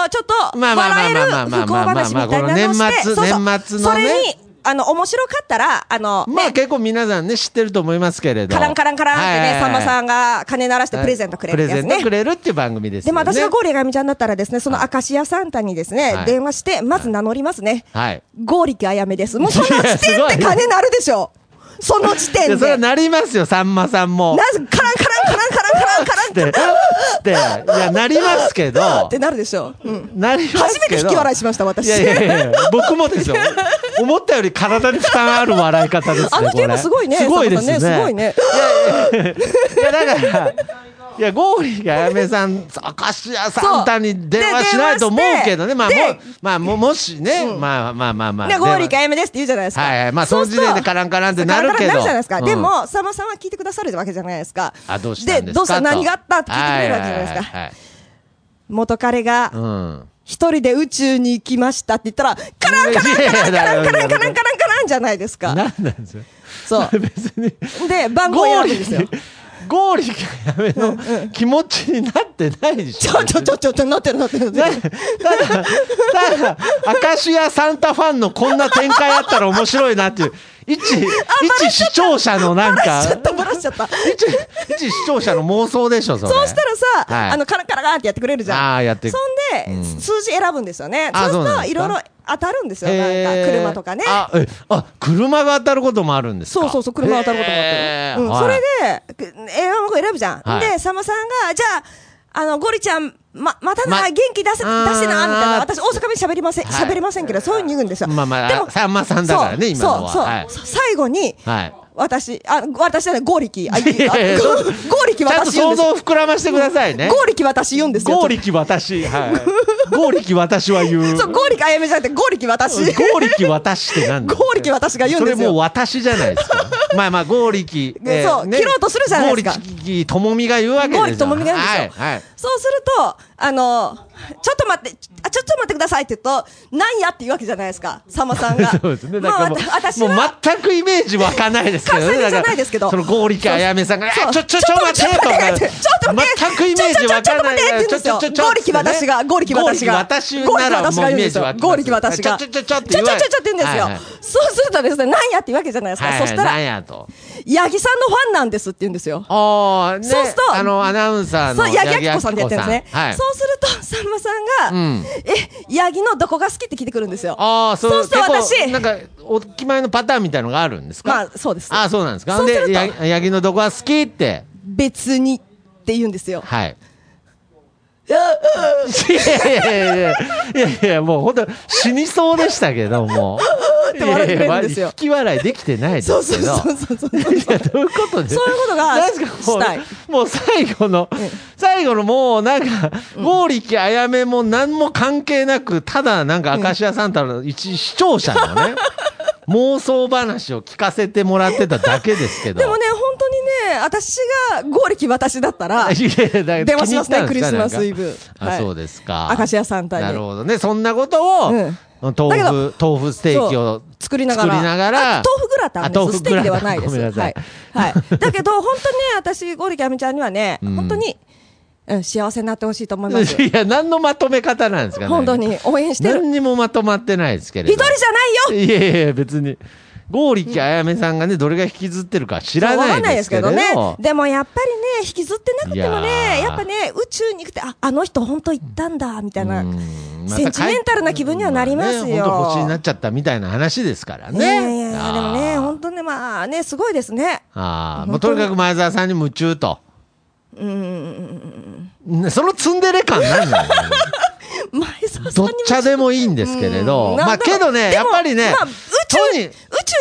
Speaker 3: ーちょっと、
Speaker 4: まあまあまあ
Speaker 3: 笑える
Speaker 4: まあまあま
Speaker 3: 不幸
Speaker 4: あまあ
Speaker 3: 話みたいなのをして、
Speaker 4: この年末
Speaker 3: そうそう
Speaker 4: 年末のね
Speaker 3: それに、あの、面白かったら、あの、
Speaker 4: いまあ
Speaker 3: ね
Speaker 4: 結構皆さんね、知ってると思いますけれど。
Speaker 3: カランカランカランってね、さんまさ
Speaker 4: ん
Speaker 3: んが金鳴らしてプレゼントくれるやつね。
Speaker 4: プレゼントくれるっていう番組です
Speaker 3: で
Speaker 4: よ
Speaker 3: も
Speaker 4: ね。
Speaker 3: 私がゴーリがやめちゃんだったらですね、その明石家サンタにですね、
Speaker 4: はい
Speaker 3: 電話して、まず名乗りますね。
Speaker 4: はい。
Speaker 3: ゴーリキあやめです。もうその時点
Speaker 4: いやす
Speaker 3: で
Speaker 4: ごい
Speaker 3: 金鳴るでしょ。その時
Speaker 4: い
Speaker 3: 点
Speaker 4: や、そ
Speaker 3: で。
Speaker 4: れは
Speaker 3: な
Speaker 4: なりますよ、さんまさんも。
Speaker 3: ぜ、カランカランカランカランカランカラン
Speaker 4: って、って、いや、なりますけど。
Speaker 3: ってなるでしょ。うん。
Speaker 4: なりますけど
Speaker 3: 初めて引き笑いしました私
Speaker 4: いやいやいやいや僕もですよ。思ったより体に負担ある笑い方ですね。
Speaker 3: あのテーマ
Speaker 4: これ
Speaker 3: すごいね
Speaker 4: すごいですね。
Speaker 3: 佐藤さんねすごいね
Speaker 4: いやいやいやいやだから。いや、ゴーリーがやめさん、明石家サンタに電話しないと思うけどね。
Speaker 3: で
Speaker 4: まあ、も
Speaker 3: 電話して、
Speaker 4: まあ、も、もしね、まあまあまあまあ。
Speaker 3: で、ゴーリー
Speaker 4: 電
Speaker 3: かやめですって言うじゃないですか。
Speaker 4: はいはいまあ
Speaker 3: うすると
Speaker 4: その時点でカランカランってなる
Speaker 3: カラ
Speaker 4: けど
Speaker 3: ンカランになるじゃないですか。
Speaker 4: うん
Speaker 3: でも、さんまさんは聞いてくださるわけじゃないですか。
Speaker 4: 話あ、どうしたんですか
Speaker 3: どうした
Speaker 4: と
Speaker 3: 何があったって聞いてくれるわけじゃないです
Speaker 4: は
Speaker 3: か。
Speaker 4: はは
Speaker 3: 元彼が、
Speaker 4: はいうん。
Speaker 3: 一人で宇宙に行きましたって言ったら、カランカラン
Speaker 4: いやいや
Speaker 3: カランカランカランカランカ
Speaker 4: だ
Speaker 3: ラ
Speaker 4: から
Speaker 3: ンカランじゃないです
Speaker 4: な
Speaker 3: か。
Speaker 4: んなんですよ。
Speaker 3: そう。
Speaker 4: 別に。
Speaker 3: で、番号
Speaker 4: ゴ
Speaker 3: や
Speaker 4: ー
Speaker 3: る
Speaker 4: リ
Speaker 3: んですよ。
Speaker 4: ー、ゴーリーがやめの気持ちになってないでし
Speaker 3: ち
Speaker 4: ょ。
Speaker 3: ょちょちょちょちょ、なってるなってる。
Speaker 4: ただ、ただ、明石家サンタファンのこんな展開あったら面白いなっていう、一、一視聴者のなんか、
Speaker 3: ちょっと漏らしちゃった。
Speaker 4: 一、一視聴者の妄想でしょ、それ。
Speaker 3: そうしたらさ、
Speaker 4: はい
Speaker 3: あのカランカラガーンってやってくれるじゃん。
Speaker 4: あーやって
Speaker 3: そんで、
Speaker 4: うん
Speaker 3: 数字選ぶんですよね。
Speaker 4: あ
Speaker 3: そ
Speaker 4: ー
Speaker 3: う
Speaker 4: そう
Speaker 3: すると
Speaker 4: なんです
Speaker 3: い
Speaker 4: か
Speaker 3: ろいろ当たるんですよ。なん
Speaker 4: へ
Speaker 3: か
Speaker 4: ー
Speaker 3: 車とかね。
Speaker 4: あ、えあ、車が当たることもあるんですか
Speaker 3: そうそうそう、車当たることもあって
Speaker 4: へ
Speaker 3: る。
Speaker 4: ー
Speaker 3: うん
Speaker 4: はい
Speaker 3: それで、く映画も選ぶじゃん。
Speaker 4: はい
Speaker 3: で、さんまさんが、じゃあ、あの、ゴリちゃん、ま、またな、
Speaker 4: ま
Speaker 3: 元気出せ、出して
Speaker 4: あー
Speaker 3: な、みたいな。私、大阪弁喋りません、
Speaker 4: はい
Speaker 3: 喋れませんけど、そういうふうに言うんですよ。
Speaker 4: まあまあ
Speaker 3: でも
Speaker 4: さんまさんだから
Speaker 3: そう
Speaker 4: ね今のは
Speaker 3: そうそう
Speaker 4: はい
Speaker 3: そう最後に、
Speaker 4: はい。
Speaker 3: 私、あ、私じゃない、ゴリキ。あ、いい
Speaker 4: い
Speaker 3: あゴ
Speaker 4: やいやそう
Speaker 3: リキ
Speaker 4: ちゃんと
Speaker 3: 私言うんです
Speaker 4: 想像
Speaker 3: よ。
Speaker 4: を膨らましてくださいね。
Speaker 3: ゴリキ私言うんですよ。
Speaker 4: ゴーリキ私。はい。ゴーリキ私は言 う。
Speaker 3: そう、ゴーリキあやめじゃなくて、ゴーリキ私。
Speaker 4: ゴーリキ私って何
Speaker 3: ゴーリキ私が言うんですよ
Speaker 4: それもう私じゃないですか。まあまあ、ゴーリキ。
Speaker 3: ねそう切ろうとするじゃないですか
Speaker 4: ゴーリキともみが言うわけですよ。
Speaker 3: ゴーリキともみが言うんですよ
Speaker 4: はい。はい
Speaker 3: そうすると、あの、ちょっと待って、あ、ちょっと待ってくださいって言うと、なんやって言うわけじゃないですか、さんまさんが。
Speaker 4: そうですね。だ
Speaker 3: ま
Speaker 4: か
Speaker 3: あ、わ
Speaker 4: らもう、
Speaker 3: た私
Speaker 4: もう
Speaker 3: は、
Speaker 4: 全くイメージ湧かないですけど
Speaker 3: 関
Speaker 4: ね。
Speaker 3: 西弁じゃ
Speaker 4: だから
Speaker 3: ないですけど
Speaker 4: そのゴーリキあやめさんが、あちょ、ちょ、ちょ、待てとか。
Speaker 3: ちょっと待って
Speaker 4: 全くイメージ
Speaker 3: ち
Speaker 4: 湧かない。
Speaker 3: ょっと待ってちょっと待ってって言うんですよ
Speaker 4: ちょ
Speaker 3: ゴーリキ私がゴーリキ私が
Speaker 4: ゴーリキ私ならもうイメージ湧きます
Speaker 3: ゴーリキ私が
Speaker 4: ちょ、ちょ、ちょって
Speaker 3: ち
Speaker 4: 言
Speaker 3: ょ
Speaker 4: わ
Speaker 3: ちょ
Speaker 4: れ
Speaker 3: ちょちょって言うんですよ。
Speaker 4: はいはい
Speaker 3: そうするとですね、なんやって言うわけじゃないですか。
Speaker 4: はい
Speaker 3: そしたら、
Speaker 4: なん
Speaker 3: 八
Speaker 4: やと。
Speaker 3: 木さんのファンなんですって言うんですよ。
Speaker 4: ああ、ね、
Speaker 3: そうすると
Speaker 4: あの、アナウンサー
Speaker 3: そう、
Speaker 4: の
Speaker 3: 八木明子さんでやってるんですね。
Speaker 4: はい。
Speaker 3: そうすると、 さんまさんが、
Speaker 4: うん
Speaker 3: え、八木のどこが好きって聞いてくるんですよ。
Speaker 4: ああ、そう、
Speaker 3: そうすると
Speaker 4: 結構
Speaker 3: 私
Speaker 4: なんか、お決まりのパターンみたいのがあるんですか
Speaker 3: まあ、そうです。
Speaker 4: ああ、そうなんですか。
Speaker 3: そうすると
Speaker 4: で、や八木のどこが好きって。
Speaker 3: 別にって言うんですよ。
Speaker 4: はい。 いやいやいやいやいやいや、もう本当死にそうでしたけど、 もう。
Speaker 3: って笑ってくれるんですよ
Speaker 4: いやいやまあ引き笑いできてないですけ
Speaker 3: そ
Speaker 4: ど。
Speaker 3: うそうそうそうそう。そういう
Speaker 4: いや、どういうことです
Speaker 3: ことが
Speaker 4: なんですかもう
Speaker 3: したい。
Speaker 4: もう最後の、最後のもうなんか、剛力あやめも何も関係なく、ただなんか明石家サンタの一視聴者 のね、妄想話を聞かせてもらってただけですけど。
Speaker 3: でもね、本当にね、私が合力私だったら、
Speaker 4: いやいや、だ
Speaker 3: 電話しますね
Speaker 4: 気に入ったんですか
Speaker 3: クリスマスイブ
Speaker 4: なんか
Speaker 3: は
Speaker 4: あ、
Speaker 3: い
Speaker 4: そうですか。
Speaker 3: 明石家サンタに
Speaker 4: なるほどね。そんなことを、
Speaker 3: うん
Speaker 4: 豆
Speaker 3: だ
Speaker 4: 腐、豆腐ステーキ
Speaker 3: そ
Speaker 4: を
Speaker 3: う作りながら
Speaker 4: 作りながら
Speaker 3: あ豆腐グラタン
Speaker 4: あ
Speaker 3: で
Speaker 4: 豆
Speaker 3: す
Speaker 4: 腐
Speaker 3: ステーキではないで
Speaker 4: ご
Speaker 3: す
Speaker 4: めんなさい。
Speaker 3: はいは い、だけど本当にね私合力あみちゃんにはね、
Speaker 4: うん
Speaker 3: 本当に、うん、幸せになってほしいと思います
Speaker 4: いや、何のまとめ方なんですかね。
Speaker 3: 本当に応援してる
Speaker 4: 何にもまとまってないですけれ
Speaker 3: 一
Speaker 4: ど。
Speaker 3: 人じゃないよ
Speaker 4: いやいやいや、別に。剛力あやめさんがね、どれが引きずってるか知
Speaker 3: わ
Speaker 4: らな
Speaker 3: か
Speaker 4: い
Speaker 3: んない
Speaker 4: で
Speaker 3: ですす
Speaker 4: け
Speaker 3: け
Speaker 4: れど。
Speaker 3: どねでもやっぱりね引きずってなくてもね
Speaker 4: いやー
Speaker 3: やっぱね宇宙に行くってああの人本当行ったんだみたいな、
Speaker 4: うん
Speaker 3: センチメンタルな気分にはなりますよ
Speaker 4: まあね本当星になっちゃったみたいな話ですからね。
Speaker 3: いやいやいやでもね、
Speaker 4: あー
Speaker 3: 本当ね、まあね、すごいですね。
Speaker 4: ああ、もうとにかく前澤さんに夢中と。ねそのツンデレ感 何なの
Speaker 3: 前澤さん
Speaker 4: ど
Speaker 3: に
Speaker 4: っ
Speaker 3: も。
Speaker 4: ちゃでもいいんですけれど。
Speaker 3: なんだ
Speaker 4: まあけどね、
Speaker 3: で
Speaker 4: やっ
Speaker 3: も
Speaker 4: ぱりね
Speaker 3: まあ、宇宙に、宇
Speaker 4: とに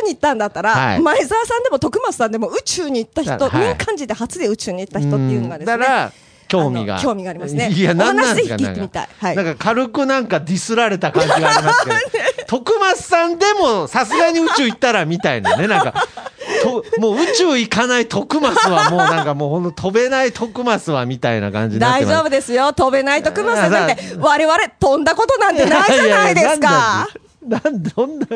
Speaker 3: 宙に行ったんだったら、
Speaker 4: はい
Speaker 3: 前澤さんでも徳松さんでも宇宙に行った人、
Speaker 4: はい
Speaker 3: 民間人で初で宇宙に行った人っていうのがですね。
Speaker 4: だから、興味が。
Speaker 3: あの興味がありますね
Speaker 4: いや、
Speaker 3: お
Speaker 4: な
Speaker 3: 話
Speaker 4: んなんですか
Speaker 3: ぜひ聞いてみたいはい
Speaker 4: なんか軽くなんかディスられた感じがありますけど。 徳松さんでもさすがに宇宙行ったらみたいなね、なんか。ともう宇宙行かない徳松はもうなんかもうほんと飛べない徳松はみたいな感じになって
Speaker 3: 大
Speaker 4: ます。
Speaker 3: 丈夫ですよ。飛べない徳松さんなん
Speaker 4: い
Speaker 3: て、我々飛んだことなんてないじゃないですか。
Speaker 4: やいや。なんだなんどんな。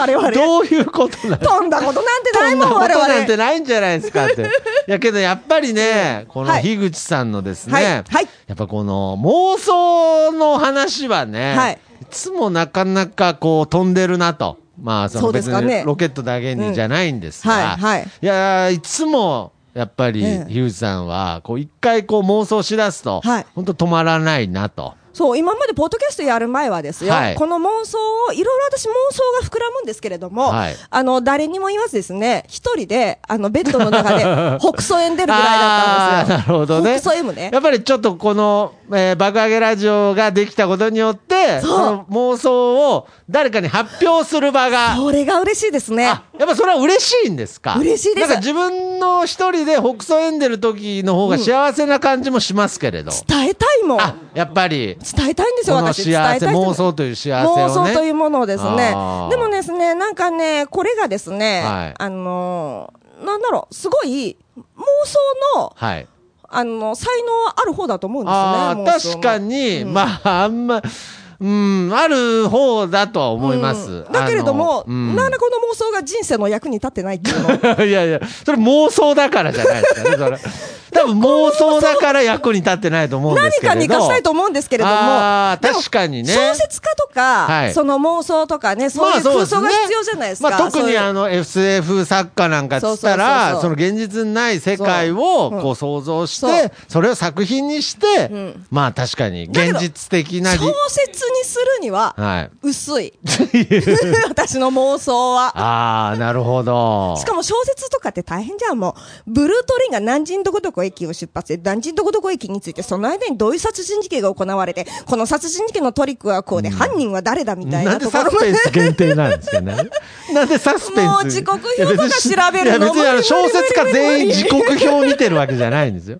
Speaker 3: 我々。
Speaker 4: どういうことなの
Speaker 3: 飛んだことなんてない
Speaker 4: そんな
Speaker 3: もん、
Speaker 4: こと
Speaker 3: 我々。
Speaker 4: なんてないんじゃないですかって。いやけどやっぱりね、この
Speaker 3: はい
Speaker 4: 樋口さんのですね、
Speaker 3: はい
Speaker 4: や
Speaker 3: はい
Speaker 4: っぱこの妄想の話はね、
Speaker 3: はいい、
Speaker 4: つもなかなかこう飛んでるなと。まあそ
Speaker 3: そ
Speaker 4: の
Speaker 3: うで
Speaker 4: 別
Speaker 3: すか
Speaker 4: に
Speaker 3: ね
Speaker 4: ロケットだけにじゃないんですが、
Speaker 3: うんはいはい
Speaker 4: やーいつもやっぱり
Speaker 3: ええ
Speaker 4: 樋口さんは、こう一回こう妄想しだすと、
Speaker 3: はい
Speaker 4: 本当止まらないなと。
Speaker 3: そう、今までポッドキャストやる前はですよ、
Speaker 4: はい
Speaker 3: この妄想を、いろいろ私妄想が膨らむんですけれども、
Speaker 4: はい
Speaker 3: あの、誰にも言わずですね、一人で、あの、ベッドの中 で、北総園出るぐらいだったんですよ。
Speaker 4: あーなるほどね。
Speaker 3: 北総 M ね
Speaker 4: や。っぱりちょっとこの、えー爆上げラジオができたことによって、
Speaker 3: そう
Speaker 4: の妄想を誰かに発表する場が、
Speaker 3: それが嬉しいですね
Speaker 4: あ。やっぱそれは嬉しいんですか
Speaker 3: 嬉しいです
Speaker 4: なんか自分の一人で北斎演んでる時の方が幸せな感じもしますけれど、
Speaker 3: 伝えたいもん
Speaker 4: あやっぱり
Speaker 3: 伝えたいんですよ
Speaker 4: この
Speaker 3: 私伝えた
Speaker 4: 幸
Speaker 3: い
Speaker 4: せ
Speaker 3: と思う
Speaker 4: 妄想という幸せをね
Speaker 3: 妄想というものをですね
Speaker 4: あー。
Speaker 3: でもですね、なんかね、これがですね、
Speaker 4: はい
Speaker 3: あのーなんだろう、すごい、妄想の、
Speaker 4: はい
Speaker 3: あの、才能ある方だと思うんですね。
Speaker 4: ああ
Speaker 3: 妄想の
Speaker 4: 確かに、まああんまうんある方だとは思います、
Speaker 3: うんだけれども、
Speaker 4: あのうん
Speaker 3: なんでこの妄想が人生の役に立ってないっていうの
Speaker 4: いやいやそれ妄想だからじゃないですかねそれ 多分妄想だから役に立ってないと思うんで
Speaker 3: 何
Speaker 4: すけれ
Speaker 3: か
Speaker 4: ど
Speaker 3: に生かしたいと思うんですけれども、
Speaker 4: あー
Speaker 3: でも
Speaker 4: 確かにね
Speaker 3: 小説家とか、
Speaker 4: はい
Speaker 3: その妄想とかね、そういう空想が必要じゃないですか。
Speaker 4: まあ、特
Speaker 3: そうい
Speaker 4: に
Speaker 3: う
Speaker 4: あの SF 作家なんかっつったら
Speaker 3: そう
Speaker 4: そ
Speaker 3: そう
Speaker 4: の
Speaker 3: そう
Speaker 4: 現実にない世界をこう想像し
Speaker 3: そ
Speaker 4: て
Speaker 3: う
Speaker 4: それを作品にして、
Speaker 3: ん
Speaker 4: まあ確かに
Speaker 3: だけ
Speaker 4: 現
Speaker 3: ど
Speaker 4: 実的なり
Speaker 3: 小説にするには、
Speaker 4: はい
Speaker 3: 薄 い。 私の妄想は。
Speaker 4: ああなるほど
Speaker 3: しかも小説とかって大変じゃん、もう。ブルートレインが南京どこどこ駅を出発して、南京どこどこ駅について、その間にどういう殺人事件が行われて、この殺人事件のトリックはこうで、犯人は誰だみたい
Speaker 4: な
Speaker 3: なん
Speaker 4: で
Speaker 3: ところ
Speaker 4: サ
Speaker 3: まで
Speaker 4: スペンス限定なんですかね。なんでサスペンス
Speaker 3: もう時刻表とか調べるの
Speaker 4: いや別にあ
Speaker 3: 無理
Speaker 4: の
Speaker 3: 無理無
Speaker 4: 小
Speaker 3: 理
Speaker 4: 説家全員時刻表を見てるわけじゃないんですよ。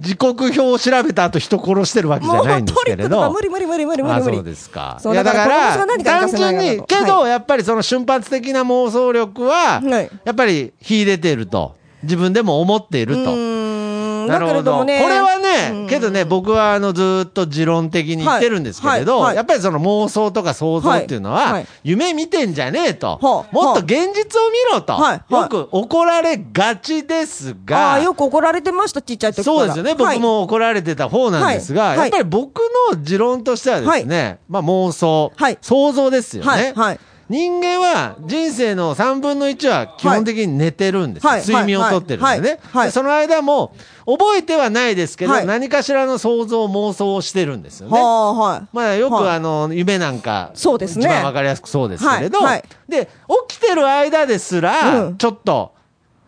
Speaker 4: 時刻表を調べた後人殺してるわけじゃ
Speaker 3: もう
Speaker 4: ないんです
Speaker 3: トリッ
Speaker 4: けれ
Speaker 3: クとか
Speaker 4: ど
Speaker 3: 無。理無理無理無理無
Speaker 4: あ
Speaker 3: 理無
Speaker 4: そ
Speaker 3: 理。
Speaker 4: うですか。
Speaker 3: そう
Speaker 4: いやだ
Speaker 3: だ
Speaker 4: か
Speaker 3: かららこの人は何か
Speaker 4: 単
Speaker 3: 生かせない
Speaker 4: 純
Speaker 3: か
Speaker 4: にけ
Speaker 3: なと
Speaker 4: ど
Speaker 3: は
Speaker 4: やっぱりその瞬発的な妄想力は
Speaker 3: はい
Speaker 4: やっぱり秀でていると自分でも思っている
Speaker 3: う
Speaker 4: と。
Speaker 3: ーん、
Speaker 4: な
Speaker 3: だ
Speaker 4: る
Speaker 3: け
Speaker 4: ほ
Speaker 3: れど
Speaker 4: ど。
Speaker 3: もね。
Speaker 4: これはね、けどね、僕はあのずーっと持論的に言ってるんですけれ
Speaker 3: はいは
Speaker 4: ど、
Speaker 3: いはい
Speaker 4: やっぱりその妄想とか想像っていうのは、
Speaker 3: はいはい
Speaker 4: 夢見てんじゃねえと、
Speaker 3: はあ
Speaker 4: もっと現実を見ろと、
Speaker 3: はいはい
Speaker 4: よく怒られがちです
Speaker 3: あ
Speaker 4: が、
Speaker 3: あ、よく怒られてました、ちっちゃい時から。
Speaker 4: そうですよね、
Speaker 3: はい
Speaker 4: 僕。も怒られてた方なんですが、
Speaker 3: はいはい
Speaker 4: やっぱり僕の持論としてはですね、まあ妄想、
Speaker 3: はい
Speaker 4: 想像ですよね。
Speaker 3: はいはい
Speaker 4: 人間は人生の3分の1は基本的に寝てるんですよ、
Speaker 3: はいはい
Speaker 4: 睡眠をとってるんで
Speaker 3: はいは
Speaker 4: ね
Speaker 3: い、はい
Speaker 4: でその間も覚えてはないですけど、
Speaker 3: はい
Speaker 4: 何かしらの想像妄想をしてるんですよね。
Speaker 3: はあ、はい。
Speaker 4: まあよく
Speaker 3: はい
Speaker 4: あの夢なんか
Speaker 3: そうですね
Speaker 4: 一番わかりやすくそうですけれど、
Speaker 3: はいはい
Speaker 4: で起きてる間ですら、
Speaker 3: うん
Speaker 4: ちょっと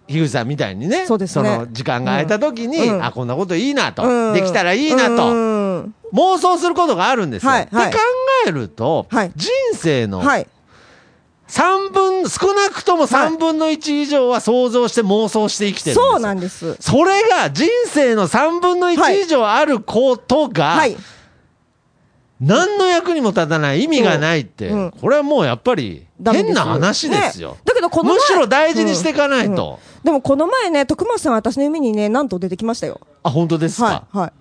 Speaker 4: 樋口さんみたいにね
Speaker 3: そうですね
Speaker 4: の時間が空いた時に、
Speaker 3: うんうん
Speaker 4: あこんなこといいなと、
Speaker 3: うん
Speaker 4: できたらいいなと、
Speaker 3: うん
Speaker 4: 妄想することがあるんですよ。
Speaker 3: は
Speaker 4: で
Speaker 3: いはい
Speaker 4: 考えると、
Speaker 3: はい
Speaker 4: 人生の
Speaker 3: はい。
Speaker 4: 三分、少なくとも3分の1以上は想像して妄想して生きてるんですよ。
Speaker 3: そうなんです。
Speaker 4: それが人生の3分の1以上あることが
Speaker 3: は、い。
Speaker 4: 何の役にも立たない、意味がないって、
Speaker 3: うん
Speaker 4: これはもうやっぱり
Speaker 3: ダメです
Speaker 4: 変な話ですよ
Speaker 3: ね。だけどこの前
Speaker 4: むしろ大事にしていかないと。
Speaker 3: でもこの前ね、徳松さん私の夢にね、なんと出てきましたよ。
Speaker 4: あ、本当ですか
Speaker 3: は。い、はい。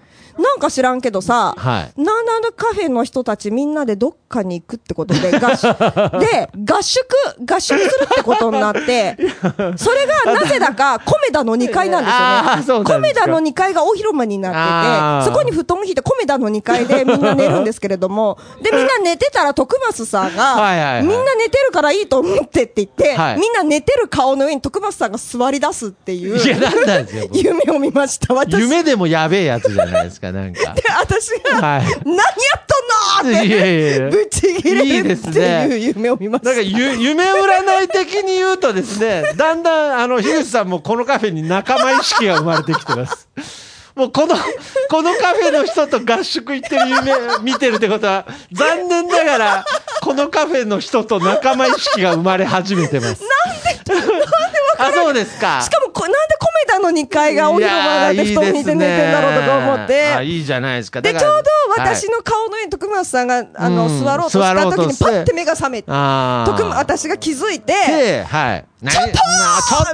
Speaker 3: なんか知らんけどさ、
Speaker 4: は
Speaker 3: ナーナーカフェの人たちみんなでどっかに行くってことで、合 宿、で、合宿、合宿するってことになって、それがなぜだか、コメダの2階なんです
Speaker 4: あーそ
Speaker 3: よ
Speaker 4: う
Speaker 3: ね。
Speaker 4: な
Speaker 3: コ
Speaker 4: んで
Speaker 3: メ
Speaker 4: す
Speaker 3: ダ
Speaker 4: か
Speaker 3: の2階が大広間になっ
Speaker 4: あー
Speaker 3: てて、そこに布団を引いてコメダの2階でみんな寝るんですけれど も、で、みんな寝てたら徳松さん
Speaker 4: はいはいは
Speaker 3: が、
Speaker 4: い
Speaker 3: みんな寝てるからいいと思ってって言って
Speaker 4: はい、
Speaker 3: みんな寝てる顔の上に徳松さんが座り出すって い
Speaker 4: いや、
Speaker 3: う、
Speaker 4: なんなんですよ。これ
Speaker 3: 夢を見ました、私。
Speaker 4: 夢でもやべえやつじゃないですか、なんか
Speaker 3: で。私が、
Speaker 4: はい
Speaker 3: 何やっとんのーって
Speaker 4: いやいやいや
Speaker 3: ぶち切
Speaker 4: い
Speaker 3: れ
Speaker 4: い
Speaker 3: る
Speaker 4: で
Speaker 3: っ
Speaker 4: す
Speaker 3: て
Speaker 4: ね
Speaker 3: いう夢を見ました。
Speaker 4: なんかゆ夢占い的に言うとですね、だんだんあの樋口さんもこのカフェに仲間意識が生まれてきてます。もうこの、このカフェの人と合宿行ってる夢見てるってことは、残念ながら、このカフェの人と仲間意識が生まれ始めてます。なんで、あ、そうですか。
Speaker 3: しかもこ、なんでコメダの2階がお広場だって布団にいて寝てんだろうとか思っ
Speaker 4: いやーいいですねあ
Speaker 3: て。
Speaker 4: いいじゃないですか。
Speaker 3: で、
Speaker 4: だ
Speaker 3: ちょ
Speaker 4: から
Speaker 3: うど私の顔の上に徳松さんが、あの、
Speaker 4: うん
Speaker 3: 座ろうとし
Speaker 4: 座ろ
Speaker 3: た
Speaker 4: う
Speaker 3: 時
Speaker 4: と
Speaker 3: に
Speaker 4: して
Speaker 3: パッて目が覚めて、
Speaker 4: あー
Speaker 3: 徳松私が気づいて、
Speaker 4: で、はい。ちょっとちょ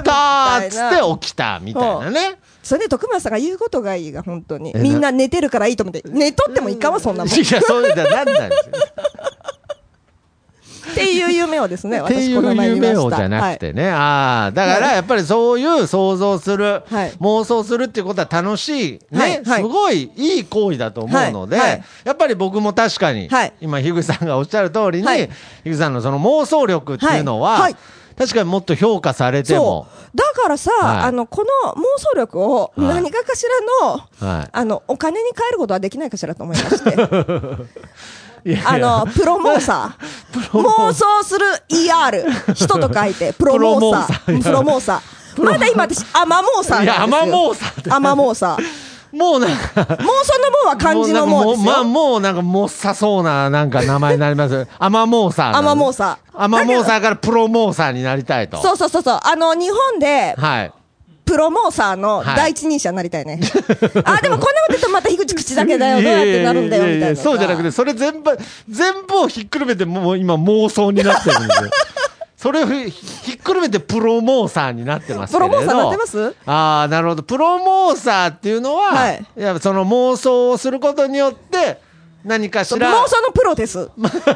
Speaker 4: っとーっつって起きたみたいなね。
Speaker 3: それで徳松さんが言うことがいいが、本当に。みんな寝てるからいいと思って、寝とってもいかんわ、そん なもん。っ
Speaker 4: いや、そうだ、なんなんですよ。
Speaker 3: ていう夢をですね、
Speaker 4: って
Speaker 3: 私
Speaker 4: い
Speaker 3: この
Speaker 4: う
Speaker 3: 前見ま
Speaker 4: 夢
Speaker 3: し
Speaker 4: をじ
Speaker 3: た。
Speaker 4: ゃな
Speaker 3: は
Speaker 4: く
Speaker 3: い
Speaker 4: てね。ああ、だからやっぱりそういう想像する、
Speaker 3: はい
Speaker 4: 妄想するっていうことは楽しい、ね、
Speaker 3: はいはい
Speaker 4: すごいいい行為だと思うので、
Speaker 3: はいはい
Speaker 4: やっぱり僕も確かに、
Speaker 3: はい
Speaker 4: 今、樋口さんがおっしゃる通りに、
Speaker 3: はい
Speaker 4: 樋口さんのその妄想力っていうのは、
Speaker 3: はいはい
Speaker 4: 確かにもっと評価されても
Speaker 3: そ、う。だからさ、
Speaker 4: はい
Speaker 3: あの、この妄想力を
Speaker 4: はい
Speaker 3: 何かかしらの、
Speaker 4: はい
Speaker 3: あの、お金に変えることはできないかしらと思いま して。
Speaker 4: いやいや
Speaker 3: あの、プロモーサ ー。妄想する ER。人と書いて、プロモーサー。
Speaker 4: プ
Speaker 3: プ
Speaker 4: ロ
Speaker 3: ロ
Speaker 4: モ
Speaker 3: モーサー。まだ今私、アマモーサーなんですよ。
Speaker 4: いやアマモーサーって
Speaker 3: アマモーサー。
Speaker 4: もうなんか
Speaker 3: もうそのもうは漢字のもうです
Speaker 4: もうなんかもうまあ
Speaker 3: よ。
Speaker 4: もうなんかもっさそうななんか名前になります。 アマモーサー。
Speaker 3: アマモーサー
Speaker 4: アマモーサーからプロモーサーになりたいと。
Speaker 3: そうそうそうそう。あの、日本で、
Speaker 4: はい。
Speaker 3: プロモーサーの第一人者になりたいね。あ、でもこんなこと言うとまた樋口口だけだよ。どうやってなるんだよ、みたい
Speaker 4: ややや
Speaker 3: な。
Speaker 4: やそうじゃなくて、それ全部、全部をひっくるめて、もう今妄想になってるんですよ。 それをひひっくるめてプロモーサーになってますけれど
Speaker 3: プロモーサーなってます
Speaker 4: ああ、なるほど。プロモーサーっていうのは、
Speaker 3: はい
Speaker 4: いやその妄想をすることによって、何かし
Speaker 3: 妄
Speaker 4: ら。
Speaker 3: 想のプロです。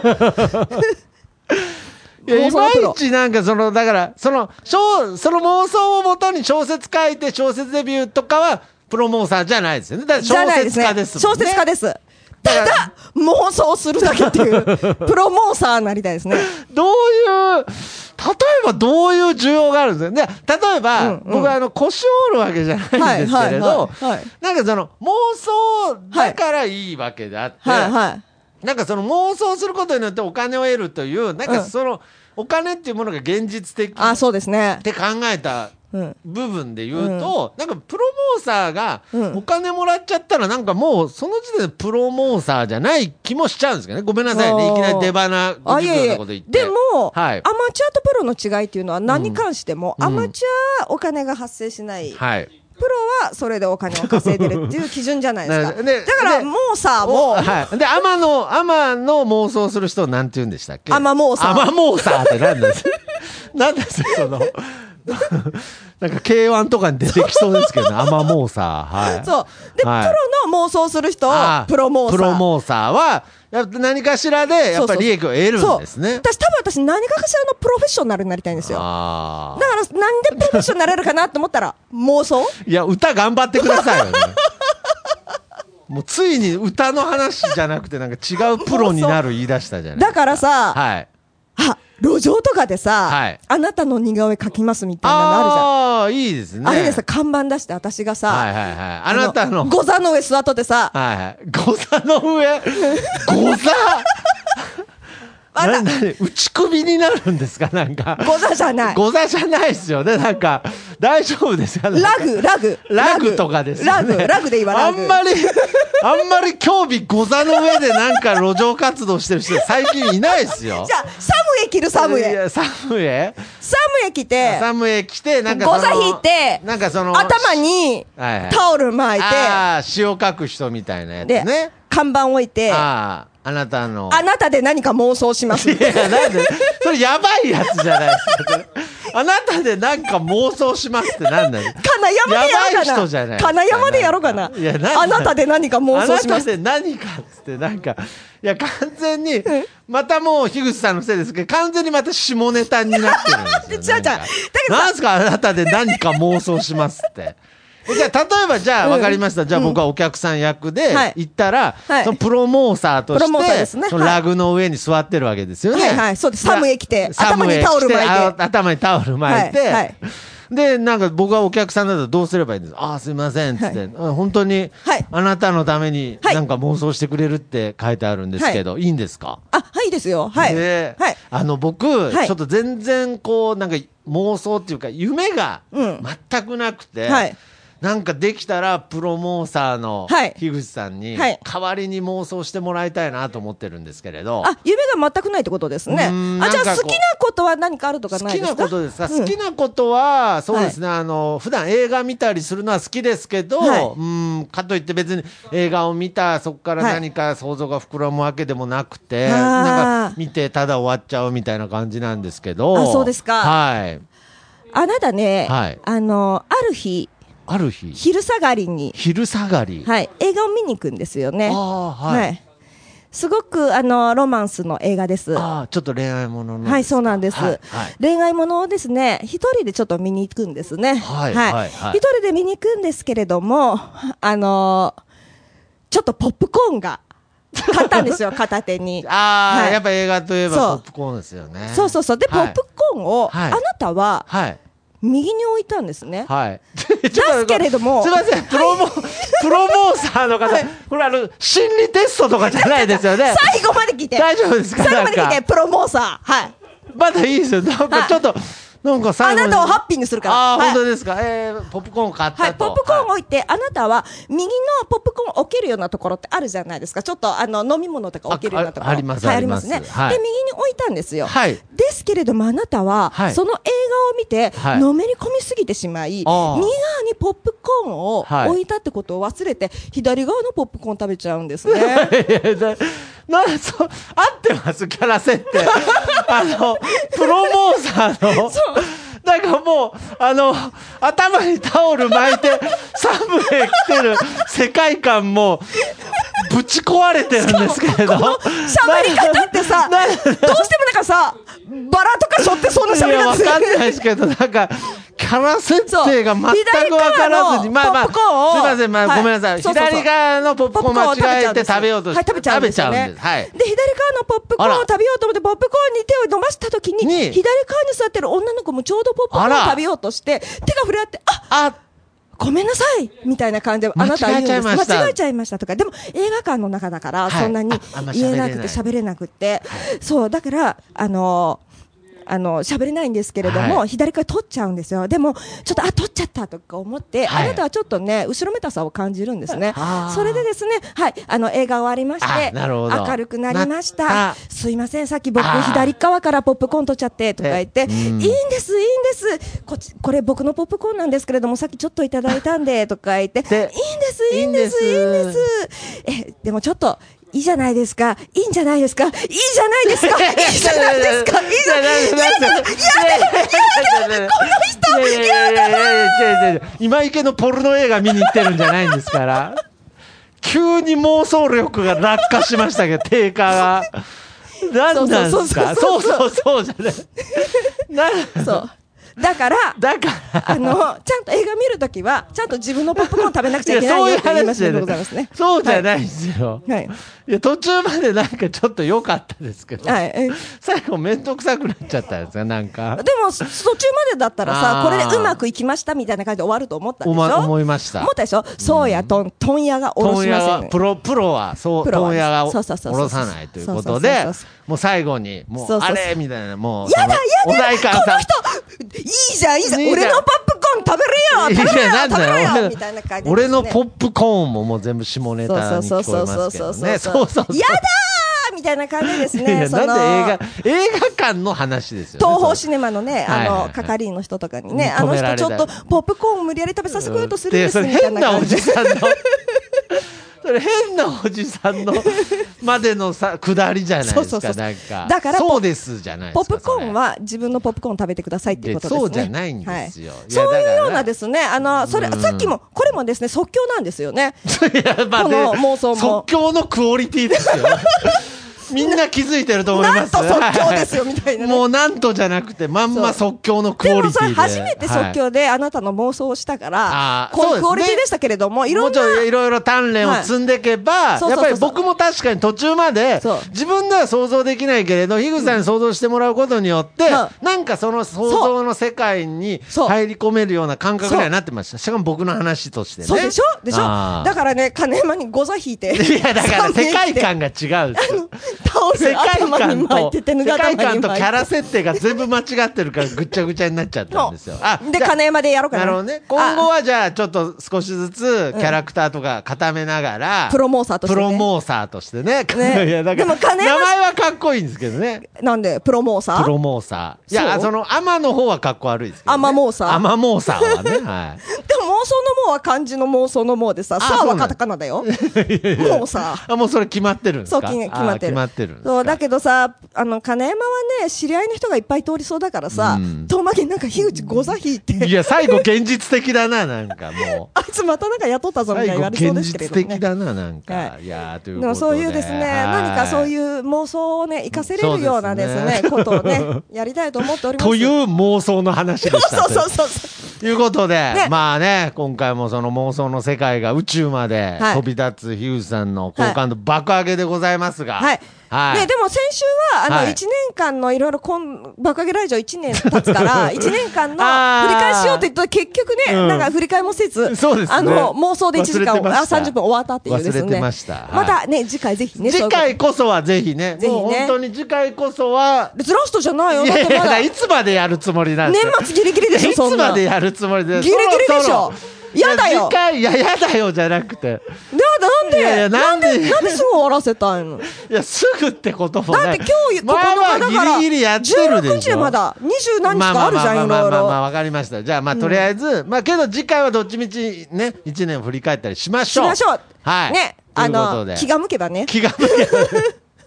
Speaker 4: いや
Speaker 3: 妄
Speaker 4: い
Speaker 3: 想の
Speaker 4: ま
Speaker 3: プロ
Speaker 4: いちなんかそのだからその小その妄想をもとに小説書いて小説デビューとかはプロモーサーじゃないですよねだから
Speaker 3: じゃな
Speaker 4: 小
Speaker 3: いです
Speaker 4: 説家で
Speaker 3: ね。
Speaker 4: すも
Speaker 3: 小
Speaker 4: んね
Speaker 3: 説家です。ただ、妄想するだけって いう、プロモーサーになりたいですね。
Speaker 4: どういう例えばどういう需要があるんですかね例えば、
Speaker 3: うんうん
Speaker 4: 僕はあの腰を折るわけじゃないんですけ
Speaker 3: はいはいはい
Speaker 4: れど
Speaker 3: はい
Speaker 4: なんかその妄想だからいいわけであって、
Speaker 3: はいはい。
Speaker 4: なんかその妄想することによってお金を得るというなんかその、お金っていうものが現実的
Speaker 3: あ、そうですね
Speaker 4: っ。て考えた
Speaker 3: うん
Speaker 4: 部分で言うと、なんかプロモーサーが
Speaker 3: うん
Speaker 4: お金もらっちゃったらなんかもうその時点でプロモーサーじゃない気もしちゃうんですけどねごめんなさいね
Speaker 3: あー
Speaker 4: いきなり出花ご
Speaker 3: あい
Speaker 4: 自
Speaker 3: や
Speaker 4: 分
Speaker 3: い
Speaker 4: の
Speaker 3: や
Speaker 4: こと言って
Speaker 3: でも、
Speaker 4: はい
Speaker 3: アマチュアとプロの違いっていうのは何に関しても、
Speaker 4: うん
Speaker 3: アマチュアはお金が発生しない、
Speaker 4: はい
Speaker 3: プロはそれでお金を稼いでるっていう基準じゃないですか
Speaker 4: なるね
Speaker 3: だから
Speaker 4: ね
Speaker 3: もうさ
Speaker 4: お
Speaker 3: もう、
Speaker 4: はい、で天の天の妄想する人をなんて言うんでしたっけ
Speaker 3: 天妄想
Speaker 4: 天妄想って何なんです 何なんですそのなんか K1 とかに出てきそうですけど、ね、天妄想はい
Speaker 3: そうで、
Speaker 4: はい
Speaker 3: プロの妄想する人を
Speaker 4: あー
Speaker 3: プロ妄想
Speaker 4: プロモーサーは、やっぱ何かしらで、やっぱり利益を得るんです
Speaker 3: そう
Speaker 4: ね。
Speaker 3: 私多分私何かしらのプロフェッショナルになりたいんですよ
Speaker 4: あ
Speaker 3: だ
Speaker 4: あ。
Speaker 3: からなんでプロフェッショナルになれるかなと思ったら妄想
Speaker 4: いや、歌頑張ってくださいよね。 もうついに歌の話じゃなくて、なんか違うプロになる言い出したじゃない
Speaker 3: だからさ、
Speaker 4: はい。
Speaker 3: あ路上とかでさ、
Speaker 4: はい
Speaker 3: あなたの似顔絵描きますみたいなのあるじゃん
Speaker 4: ああ、いいですね。
Speaker 3: あれでさ、看板出して、私がさ、
Speaker 4: はいはいはい。あなたの。
Speaker 3: ご座の上座っとってさ、
Speaker 4: はいはい。ご座 の上。ご座
Speaker 3: あ
Speaker 4: ななに打ち首になるんですかなんか。
Speaker 3: ご座じゃない。
Speaker 4: ご座じゃないですよね。なんか、大丈夫ですか
Speaker 3: ラグ、ラグ。
Speaker 4: ラグとかですよ
Speaker 3: ラ
Speaker 4: ね。
Speaker 3: グ、ラグで言わ
Speaker 4: あ
Speaker 3: ラ
Speaker 4: ん
Speaker 3: グ。
Speaker 4: まり、あんまり興味ご座の上でなんか路上活動してる人最近いないですよ。
Speaker 3: じゃあ、サムエ着るサム
Speaker 4: い
Speaker 3: エ。
Speaker 4: や。サムエ
Speaker 3: サムエ着て、
Speaker 4: サムエ来て、なんか
Speaker 3: ご座
Speaker 4: その
Speaker 3: 引いて、
Speaker 4: なんかその、
Speaker 3: 頭に
Speaker 4: はいはい
Speaker 3: タオル巻い
Speaker 4: ああ、詩を書く人みたいなやつ
Speaker 3: て、
Speaker 4: ね
Speaker 3: で。、看板置いて、あ
Speaker 4: ああ、あなたの。
Speaker 3: なたで何か妄想します。
Speaker 4: いや、なんで、それやばいやつじゃないですか。あなたでなんか妄想しますってなんだよ。
Speaker 3: 金山でやろう
Speaker 4: やばい人
Speaker 3: か
Speaker 4: じゃ
Speaker 3: な
Speaker 4: ない
Speaker 3: 金山でやろうかない
Speaker 4: やなんか
Speaker 3: あなたで何か妄想します。
Speaker 4: あなたで何かっつってなんかいや完全にまたもう樋口さんのせいですけど完全にまた下ネタになってる んですよ
Speaker 3: 違う違うだけどさ
Speaker 4: なんですかあなたで何か妄想しますって。 じゃあ例えばじゃあ分かりました、じゃあ僕はお客さん役で
Speaker 3: はい
Speaker 4: 行ったら、
Speaker 3: はい
Speaker 4: そのプロモーサーと
Speaker 3: プロモーサーで
Speaker 4: し
Speaker 3: す
Speaker 4: て、
Speaker 3: ね
Speaker 4: そのラグの上に座ってるわけですよね。
Speaker 3: はいはいそうです
Speaker 4: じゃあ
Speaker 3: サムへ来て
Speaker 4: サムへ来
Speaker 3: 頭にタオル巻いて
Speaker 4: あ頭にタオル巻いて、
Speaker 3: はいはい
Speaker 4: でなんか僕はお客さんだとどうすればいいんですかああすいませんっつって、あ本当に
Speaker 3: はい
Speaker 4: あなたのために
Speaker 3: はい
Speaker 4: なんか妄想してくれるって書いてあるんですけど、い、いんですか
Speaker 3: あ、はい、いいですよ。はい。
Speaker 4: で
Speaker 3: はい。
Speaker 4: あの僕、
Speaker 3: はい
Speaker 4: ちょっと全然こうなんか妄想っていうか夢が
Speaker 3: うん
Speaker 4: 全くなくて、
Speaker 3: はい
Speaker 4: なんかできたらプロモーサーの
Speaker 3: はい
Speaker 4: 樋口さんに
Speaker 3: はい
Speaker 4: 代わりに妄想してもらいたいなと思ってるんですけれど、
Speaker 3: あ、夢が全くないってことです
Speaker 4: う
Speaker 3: ね
Speaker 4: ーん。
Speaker 3: あ、じゃあ
Speaker 4: なん
Speaker 3: 好
Speaker 4: か
Speaker 3: き
Speaker 4: こう
Speaker 3: なことは何かあるとか
Speaker 4: 好
Speaker 3: ない
Speaker 4: き
Speaker 3: です
Speaker 4: な
Speaker 3: か
Speaker 4: ことですか、
Speaker 3: うん
Speaker 4: 好きなことはそうですね、あの普段映画見たりするのは好きですけど、
Speaker 3: はい
Speaker 4: うんかといって別に映画を見たそこから
Speaker 3: はい
Speaker 4: 何か想像が膨らむわけでもなくて、
Speaker 3: あー
Speaker 4: なんか見てただ終わっちゃうみたいな感じなんですけど
Speaker 3: あそうですか
Speaker 4: はい
Speaker 3: あなたね、
Speaker 4: はい
Speaker 3: あの、ある日、
Speaker 4: ある日
Speaker 3: 昼下がりに、
Speaker 4: 昼下がり、
Speaker 3: はい、映画を見に行くんですよね。
Speaker 4: あーはい
Speaker 3: すごく、あの、ロマンスの映画です。は
Speaker 4: あーちょっと恋愛ものの
Speaker 3: い、そうなんです。
Speaker 4: はい
Speaker 3: 恋愛ものをですね、一人でちょっと見に行くんですね。
Speaker 4: はいはいはい
Speaker 3: 一人で見に行くんですけれども、あの、ちょっとポップコーン が買ったんですよ、片手に。
Speaker 4: ああ、
Speaker 3: はい
Speaker 4: やっぱ映画といえ
Speaker 3: そ
Speaker 4: ば
Speaker 3: う
Speaker 4: ポップコーンですよね
Speaker 3: そうそうそう。で、ポ
Speaker 4: はい
Speaker 3: ップコーンを、
Speaker 4: はい
Speaker 3: あなたは、
Speaker 4: はい
Speaker 3: 右に置いたんです ね。
Speaker 4: はい。
Speaker 3: ですけれども
Speaker 4: すみません、プロモ、プロモーサーの方、これあの、心理テストとかじゃないですよね。
Speaker 3: 最後まで聞いて。
Speaker 4: 大丈夫ですか
Speaker 3: 最後まで聞い
Speaker 4: なん
Speaker 3: て、
Speaker 4: か
Speaker 3: プロモーサー。はい。
Speaker 4: まだいいですよ。なんかちょっと、なんか最
Speaker 3: あ
Speaker 4: 後に
Speaker 3: なたをハッピーにするから。
Speaker 4: ああ、
Speaker 3: はい
Speaker 4: 本当ですか。えー、ポップコーン買ったと。
Speaker 3: はい、ポップコーンを
Speaker 4: はい
Speaker 3: 置いて、あなたは右のポップコーンを置けるようなところってあるじゃないですか。ちょっとあの飲み物とか置けるようなところ。
Speaker 4: あああります
Speaker 3: はい
Speaker 4: あ
Speaker 3: あ
Speaker 4: り
Speaker 3: り
Speaker 4: ま
Speaker 3: ますすね。で、
Speaker 4: は
Speaker 3: 右
Speaker 4: い
Speaker 3: に置いたんですよ。
Speaker 4: はい
Speaker 3: ですけれども、あなたは、
Speaker 4: はい
Speaker 3: その映画を見て、
Speaker 4: はい
Speaker 3: のめり込みすぎてしまい、右
Speaker 4: ああ
Speaker 3: 側にポップコーン
Speaker 4: はい
Speaker 3: を置いたってことを忘れて、左側のポップコーン食べちゃうん ですね。
Speaker 4: いやだ なそう合ってますキャラ設定 あのプロモーサーのなんかもうあの頭にタオル巻いてサムへ来てる世界観もぶち壊れてるんですけれど
Speaker 3: 喋り方って さ、どうしてもなんかさ、バラとか背負ってそうな喋り
Speaker 4: いや
Speaker 3: 方
Speaker 4: わ
Speaker 3: する
Speaker 4: かんないですけどなんかキャラ設定が全く
Speaker 3: そう
Speaker 4: 分からずに
Speaker 3: 左側の
Speaker 4: まあまあす
Speaker 3: ポップコーンを
Speaker 4: いませんまあ
Speaker 3: はい
Speaker 4: ごめんなさい
Speaker 3: そうそうそう
Speaker 4: 左側のポップコーン間違えて食べようとして
Speaker 3: 食べちゃうんですよね。
Speaker 4: はい
Speaker 3: で、左側のポップコーンを食べようと思って、ポップコーンに手を伸ばしたときに、
Speaker 4: に
Speaker 3: 左側に座ってる女の子もちょうどポップコーンを食べようとして、手が触れ合って、あ
Speaker 4: あ
Speaker 3: ごめんなさいみたいな感じで、あなたは言うんです
Speaker 4: 間違えちゃいました
Speaker 3: 間違えちゃいましたとか。でも、映画館の中だから、
Speaker 4: はい
Speaker 3: そんなに
Speaker 4: ああんま喋
Speaker 3: 言
Speaker 4: れ
Speaker 3: え
Speaker 4: な
Speaker 3: ないくて、喋れなくて。そう、だから、あのあの、喋れないんですけれども、
Speaker 4: は
Speaker 3: 左から取っちゃうんですよ。でも、ちょっと、あ、取っちゃったとか思って、
Speaker 4: はい
Speaker 3: あなたはちょっとね、後ろめたさを感じるんですね
Speaker 4: あー。
Speaker 3: それでですね、はい、あの、映画終わりまして、
Speaker 4: あなるほど
Speaker 3: 明るくなりまし
Speaker 4: なった
Speaker 3: た。すいません、さっき僕、
Speaker 4: あー
Speaker 3: 左側からポップコーン取っちゃって、とか言って、い
Speaker 4: え
Speaker 3: い
Speaker 4: うん
Speaker 3: んです、いいんです。こっち、これ僕のポップコーンなんですけれども、さっきちょっといただいたんで、とか言って、いいん
Speaker 4: で
Speaker 3: です、いいんです、
Speaker 4: い
Speaker 3: い
Speaker 4: い
Speaker 3: いん
Speaker 4: んで
Speaker 3: ですす。え、でもちょっと、いいじゃないですか、いいんじゃないですか、いいじゃない ですか、いいじゃないですか、いいじゃないですか。
Speaker 4: 今池のポルノ映画見に行ってるんじゃないんですから急に妄想力が落下しましたけど低下が何なんですかそうそうそうじゃない
Speaker 3: そう。だから、
Speaker 4: だから
Speaker 3: あの、ちゃんと映画見るときは、ちゃんと自分のポップコーン食べなくちゃいけない
Speaker 4: そうい
Speaker 3: よ
Speaker 4: う
Speaker 3: って言います
Speaker 4: 話じ
Speaker 3: で
Speaker 4: ゃな
Speaker 3: ございます
Speaker 4: い
Speaker 3: ね。
Speaker 4: そうじゃないんですよ、
Speaker 3: はい。
Speaker 4: いや途中までなんかちょっと良かったですけど、
Speaker 3: はい。え
Speaker 4: 最後面倒くさくなっちゃったんですよなんか
Speaker 3: でも、そ途中までだったらさ、
Speaker 4: あ
Speaker 3: こ
Speaker 4: ー
Speaker 3: れでうまくいきましたみたいな感じで終わると思ったん
Speaker 4: お
Speaker 3: でしょ
Speaker 4: ま思いました
Speaker 3: 思ったでしょそうや、とん、とんやがおろ
Speaker 4: 問
Speaker 3: し
Speaker 4: 屋
Speaker 3: ません
Speaker 4: は
Speaker 3: ね。
Speaker 4: プロプロはそう
Speaker 3: プロは
Speaker 4: 問屋がお
Speaker 3: そうそうそうそう
Speaker 4: ろさないということで
Speaker 3: そうそうそう
Speaker 4: もう最後にもう
Speaker 3: そうそう
Speaker 4: あ
Speaker 3: そう
Speaker 4: れみたいなもう
Speaker 3: やだや
Speaker 4: お代官
Speaker 3: だこ
Speaker 4: さ
Speaker 3: の
Speaker 4: ん
Speaker 3: 人いいじゃんいいじゃん
Speaker 4: いいじゃん
Speaker 3: 俺のポップコーン食べれよ食べれよ
Speaker 4: いやなん
Speaker 3: 食べ
Speaker 4: だ
Speaker 3: れ
Speaker 4: よ
Speaker 3: よ
Speaker 4: 俺
Speaker 3: みたいな感じですね
Speaker 4: 俺のポップコーンももう全部下ネタに聞こえますけどねそうそうそう
Speaker 3: やだーみたいな感じです
Speaker 4: いや
Speaker 3: ねその
Speaker 4: なんで映画映画館の話ですよね
Speaker 3: 東宝
Speaker 4: そ
Speaker 3: シネマのね、
Speaker 4: はいはい
Speaker 3: あ
Speaker 4: はい
Speaker 3: の、係員の人とかにね、あ
Speaker 4: 止
Speaker 3: の
Speaker 4: めら
Speaker 3: 人
Speaker 4: れた
Speaker 3: ちょっと、ポップコーンを無理やり食べさせてこようとするんです
Speaker 4: で
Speaker 3: み
Speaker 4: そ
Speaker 3: た
Speaker 4: れ
Speaker 3: い
Speaker 4: 変
Speaker 3: な
Speaker 4: な
Speaker 3: 感
Speaker 4: お
Speaker 3: じ
Speaker 4: じ
Speaker 3: で。
Speaker 4: さんのそれ変なおじさんのまでのさ下りじゃないですか
Speaker 3: そうそうそう
Speaker 4: なんか
Speaker 3: だから
Speaker 4: そうですじゃないで
Speaker 3: ポッ
Speaker 4: すか
Speaker 3: プコーン
Speaker 4: それ
Speaker 3: は自分のポップコーンを食べてくださいっていうことですね。
Speaker 4: でそうじゃないんですよ
Speaker 3: はい
Speaker 4: や
Speaker 3: そう
Speaker 4: だか
Speaker 3: いう
Speaker 4: ら
Speaker 3: ようなですね、あの、それ、さっきも、これもですね、即興なんですよね。
Speaker 4: いや まあ
Speaker 3: こ
Speaker 4: ね
Speaker 3: の妄想も
Speaker 4: 即興のクオリティで すよみんな気づいてると思い
Speaker 3: な
Speaker 4: ま
Speaker 3: ん
Speaker 4: す
Speaker 3: と即興ですよ、みたいなね。
Speaker 4: もうなんとじゃなくてまんま即興のク
Speaker 3: で
Speaker 4: オ
Speaker 3: も
Speaker 4: リテ
Speaker 3: そ
Speaker 4: ィ
Speaker 3: れ
Speaker 4: で
Speaker 3: 初めて即
Speaker 4: はい
Speaker 3: 興であなたの妄想をしたか
Speaker 4: あ
Speaker 3: ら、
Speaker 4: ー
Speaker 3: こう
Speaker 4: そう
Speaker 3: い
Speaker 4: です
Speaker 3: う
Speaker 4: ね
Speaker 3: クオリティでしたけれども、い
Speaker 4: も
Speaker 3: ろ
Speaker 4: うんち
Speaker 3: な
Speaker 4: ょいろいろ鍛錬を積んでいけば、
Speaker 3: そうそうそうそう
Speaker 4: やっぱり僕も確かに途中まで
Speaker 3: そう
Speaker 4: 自分では想像できないけれど樋口さんに想像してもらうことによって、
Speaker 3: は
Speaker 4: なんかその想像の世界に
Speaker 3: そう
Speaker 4: 入り込めるような感覚にはなってましたしかも僕の話としてね
Speaker 3: そうでしょでしょ
Speaker 4: あー
Speaker 3: だからね、金山にゴザ引いて。
Speaker 4: いや だから世界観
Speaker 3: が。
Speaker 4: が違うんですよ
Speaker 3: タオル
Speaker 4: 世界
Speaker 3: 頭に
Speaker 4: 観
Speaker 3: 巻い
Speaker 4: と
Speaker 3: て、
Speaker 4: 世
Speaker 3: 手ぬぐい頭
Speaker 4: 界
Speaker 3: に巻い
Speaker 4: 観
Speaker 3: て。
Speaker 4: とキャラ設定が全部間違ってるからぐっちゃぐちゃになっちゃったんですよ。あ
Speaker 3: で、
Speaker 4: じゃあ
Speaker 3: 金山でやろうかな。
Speaker 4: なるほどね。今後
Speaker 3: は。
Speaker 4: はじゃあちょっと少しずつキャラクターとか固めながら、
Speaker 3: プロモーサーとして
Speaker 4: プ
Speaker 3: ね
Speaker 4: ロモーサーとしてね。
Speaker 3: ね
Speaker 4: いやだか
Speaker 3: でも
Speaker 4: ら
Speaker 3: 金
Speaker 4: 名
Speaker 3: 山さん
Speaker 4: 前はかっこいいんですけどね。
Speaker 3: なんで、プロモーサ
Speaker 4: プロ
Speaker 3: ー
Speaker 4: モーサー。いや、
Speaker 3: そう
Speaker 4: その、アマの方はかっこ悪いですけど、ね。
Speaker 3: アマモーサー
Speaker 4: アマモーサーはね。はい。
Speaker 3: でも妄想の妄は漢字の妄想の妄でさ、
Speaker 4: あ
Speaker 3: さ
Speaker 4: そ
Speaker 3: あ
Speaker 4: うな
Speaker 3: は
Speaker 4: ん
Speaker 3: カタカナだ よ。妄想。
Speaker 4: あ、もうそれ決まってるんです
Speaker 3: そう、
Speaker 4: か
Speaker 3: き決まってる。
Speaker 4: あ決まってるんですか。
Speaker 3: そう、だけどさ、あの、金山はね、知り合いの人がいっぱい通りそうだからさ
Speaker 4: うん、
Speaker 3: 遠巻きになんか樋口ゴザ引いて、
Speaker 4: いや、最後現実的だな、なんかもう。
Speaker 3: あいつまたなんか雇ったぞみたいな
Speaker 4: 最
Speaker 3: 言
Speaker 4: 後
Speaker 3: われそう
Speaker 4: 現
Speaker 3: ですけれども
Speaker 4: 実
Speaker 3: ね
Speaker 4: 的。だななんか、、
Speaker 3: はい
Speaker 4: やーとい
Speaker 3: で
Speaker 4: うことで
Speaker 3: もそういうですね、何かそういうう妄想をね、活かせれ
Speaker 4: そう
Speaker 3: る
Speaker 4: ですね
Speaker 3: ようなですね、ことをね、やりたいと思っております。
Speaker 4: という妄想の話でした
Speaker 3: そうそうそうそう。
Speaker 4: ということで、
Speaker 3: ね
Speaker 4: まあね今回もその妄想の世界が宇宙まで
Speaker 3: はい
Speaker 4: 飛び立つヒューズさんの好感度爆上げでございますが
Speaker 3: はい。
Speaker 4: はい
Speaker 3: ね、でも先週は、あの、
Speaker 4: は
Speaker 3: 1
Speaker 4: い
Speaker 3: 年間のいろいろこん、バカゲラジオ1年経つから、1年間の
Speaker 4: あー
Speaker 3: 振り返しようって言ったら結局ね、
Speaker 4: うん
Speaker 3: なんか振り返りもせず、
Speaker 4: そうですね
Speaker 3: あの、妄想で1時間
Speaker 4: 忘れて
Speaker 3: を、
Speaker 4: ま
Speaker 3: あ、
Speaker 4: した
Speaker 3: 30分終わったっていうですね。
Speaker 4: 忘れてましたはい
Speaker 3: またね、次回ぜひね。
Speaker 4: 次
Speaker 3: そういう
Speaker 4: 回こそはぜひね
Speaker 3: ぜひね
Speaker 4: もう本当に次回こそは
Speaker 3: こと別ラストじゃないよ。
Speaker 4: い
Speaker 3: だっ
Speaker 4: やい
Speaker 3: てまだ、
Speaker 4: やい
Speaker 3: 年
Speaker 4: つまでやるつもりなんですか
Speaker 3: 末ギリギリでしょ、
Speaker 4: い
Speaker 3: そ
Speaker 4: つ
Speaker 3: んな。
Speaker 4: までやるつもりで
Speaker 3: ギリギリでしょ
Speaker 4: そろそろ
Speaker 3: やだよ
Speaker 4: い次回いややだよじゃなくて
Speaker 3: ななんで
Speaker 4: いやいやなんで
Speaker 3: なんですぐ終わらせたいの
Speaker 4: いやすぐってことも
Speaker 3: だ
Speaker 4: な
Speaker 3: っ
Speaker 4: い
Speaker 3: て今日9日だから、
Speaker 4: まあまあギリギリやってるでしょ
Speaker 3: 16日でまだ二十何日かあるじゃん、い
Speaker 4: まあ
Speaker 3: ろい
Speaker 4: まあまあまあまあま
Speaker 3: ろ。
Speaker 4: あわかりましたじゃあまあとりあえず、まあけど次回はどっちみちね一年振り返ったりしまし
Speaker 3: し
Speaker 4: ょう
Speaker 3: ましょう。
Speaker 4: はい
Speaker 3: ね、
Speaker 4: とい
Speaker 3: あ
Speaker 4: うこと
Speaker 3: の
Speaker 4: で、
Speaker 3: 気が向けばね。
Speaker 4: 気が向けばね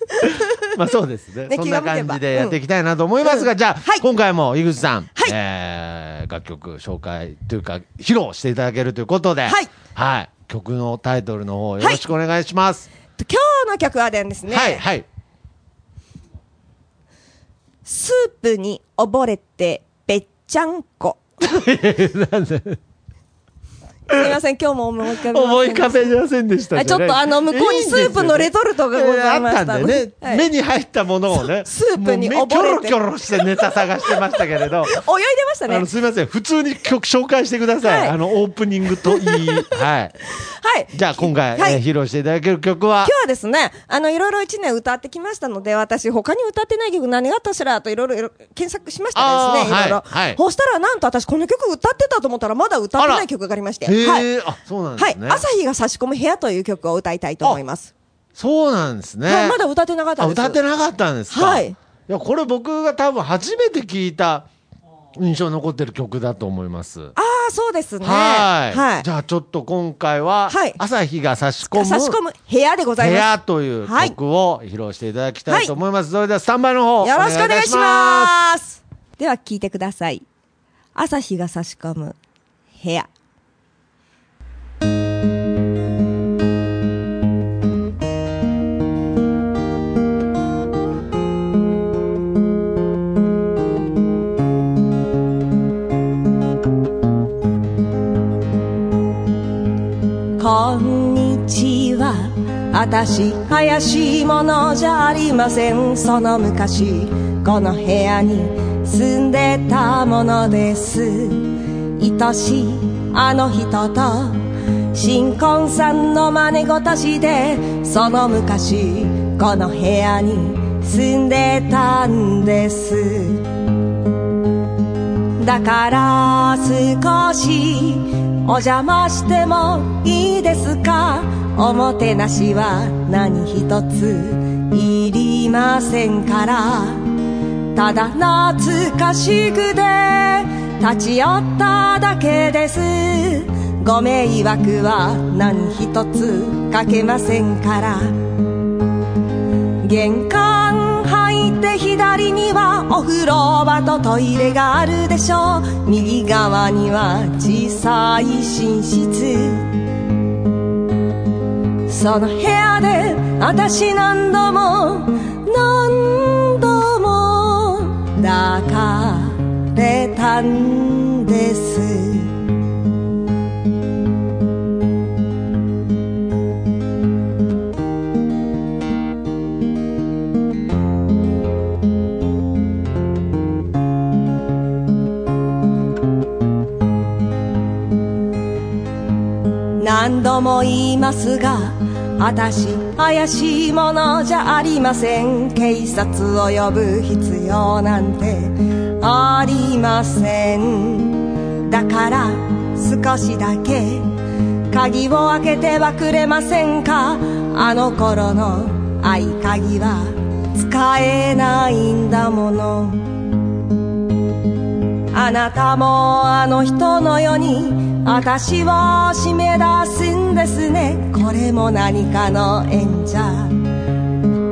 Speaker 4: まあそうですね
Speaker 3: ね
Speaker 4: そん
Speaker 3: 気が
Speaker 4: な
Speaker 3: 向け
Speaker 4: 感
Speaker 3: ば
Speaker 4: じでやっていきたいなと思いますが、
Speaker 3: うん
Speaker 4: じゃあ、
Speaker 3: はい
Speaker 4: 今回も井口さん、
Speaker 3: はい
Speaker 4: えー楽曲紹介というか披露していただけるということで、
Speaker 3: はい
Speaker 4: はい曲のタイトルの方よろしくお願いします。
Speaker 3: 今日の曲はですね、
Speaker 4: はい、はい
Speaker 3: スープに溺れてべっちゃん こ。すみません、今日も思い浮かべませんでした
Speaker 4: 思い浮かべませんでした
Speaker 3: あちょっとあの向こうにスープのレトルトがございました
Speaker 4: あったんでね、
Speaker 3: はい
Speaker 4: 目に入ったものをね
Speaker 3: スープに
Speaker 4: もう目
Speaker 3: 溺れて
Speaker 4: キョロキョロしてネタ探してましたけれど
Speaker 3: 泳いでましたね。
Speaker 4: あ
Speaker 3: は
Speaker 4: のすみません普通に曲紹介してください、
Speaker 3: はい
Speaker 4: あのオープニングといい はい
Speaker 3: い。
Speaker 4: じゃあ今回、
Speaker 3: はい
Speaker 4: えー披露していただける曲は
Speaker 3: 今日はですね、あの、いろいろ一年歌ってきましたので、私、他に歌ってない曲何があったかしらといろいろいろ検索しましたらですね、
Speaker 4: あー
Speaker 3: いろいろ。
Speaker 4: はいはい
Speaker 3: そしたら、なんと私、この曲歌ってたと思ったら、まだ歌ってない曲がありまして、
Speaker 4: へえ、
Speaker 3: はい。
Speaker 4: あそうなんで
Speaker 3: は
Speaker 4: す
Speaker 3: い。
Speaker 4: ね、
Speaker 3: 朝日が差し込む部屋という曲を歌いたいと思います。
Speaker 4: そうなんですね、
Speaker 3: はい、まだ歌ってなかった
Speaker 4: あ
Speaker 3: です。
Speaker 4: 歌ってなかったんですか、
Speaker 3: はい
Speaker 4: やこれ僕が多分初めて聞いた印象に残ってる曲だと思います
Speaker 3: ああ、そうですね。
Speaker 4: はい
Speaker 3: はい
Speaker 4: じ。ゃあちょっと今回は、
Speaker 3: はい
Speaker 4: 朝日が差し込む
Speaker 3: 差し込む部屋でござい
Speaker 4: 部
Speaker 3: ま
Speaker 4: 屋という
Speaker 3: はい
Speaker 4: 曲を披露していただきたいと思います。それではスタンバイの方
Speaker 3: す。よろしくお願いし
Speaker 4: す。
Speaker 3: ます。では、聞いてください。朝日が差し込む部屋。こんにちは私怪しいものじゃありませんその昔この部屋に住んでたものです愛しいあの人と新婚さんの真似事してその昔この部屋に住んでたんですだから少しお邪魔してもいいですかおもてなしは何一ついりませんからただ懐かしくて立ち寄っただけですご迷惑は何一つかけませんから玄関入って左にはお風呂場とトイレがあるでしょう右側には小さい寝室その部屋で私何度も何度も抱かれたんです何度も言いますが私怪しいものじゃありません警察を呼ぶ必要なんてありませんだから少しだけ鍵を開けてはくれませんかあの頃の合鍵は使えないんだものあなたもあの人のように私を締め出すんですねこれも何かの縁じゃ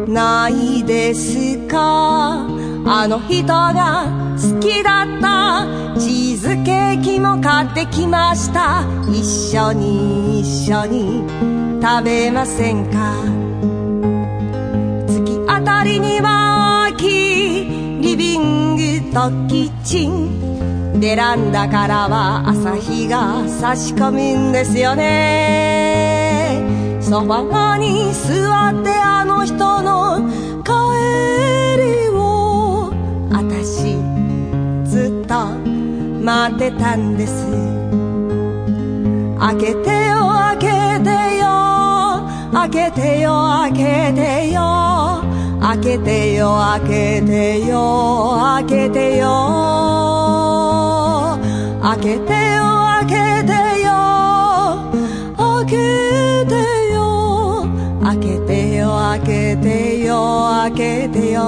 Speaker 3: ないですかあの人が好きだったチーズケーキも買ってきました一緒に一緒に食べませんか月あたりには大きいリビングとキッチンベランダからは朝日が差し込むんですよねソファーに座ってあの人の顔待ってたんです開けてよ開けてよ開けてよ開けてよ開けてよ開けてよ開けてよ開けてよ開けてよ開けてよ開けてよ開けてよ開けてよ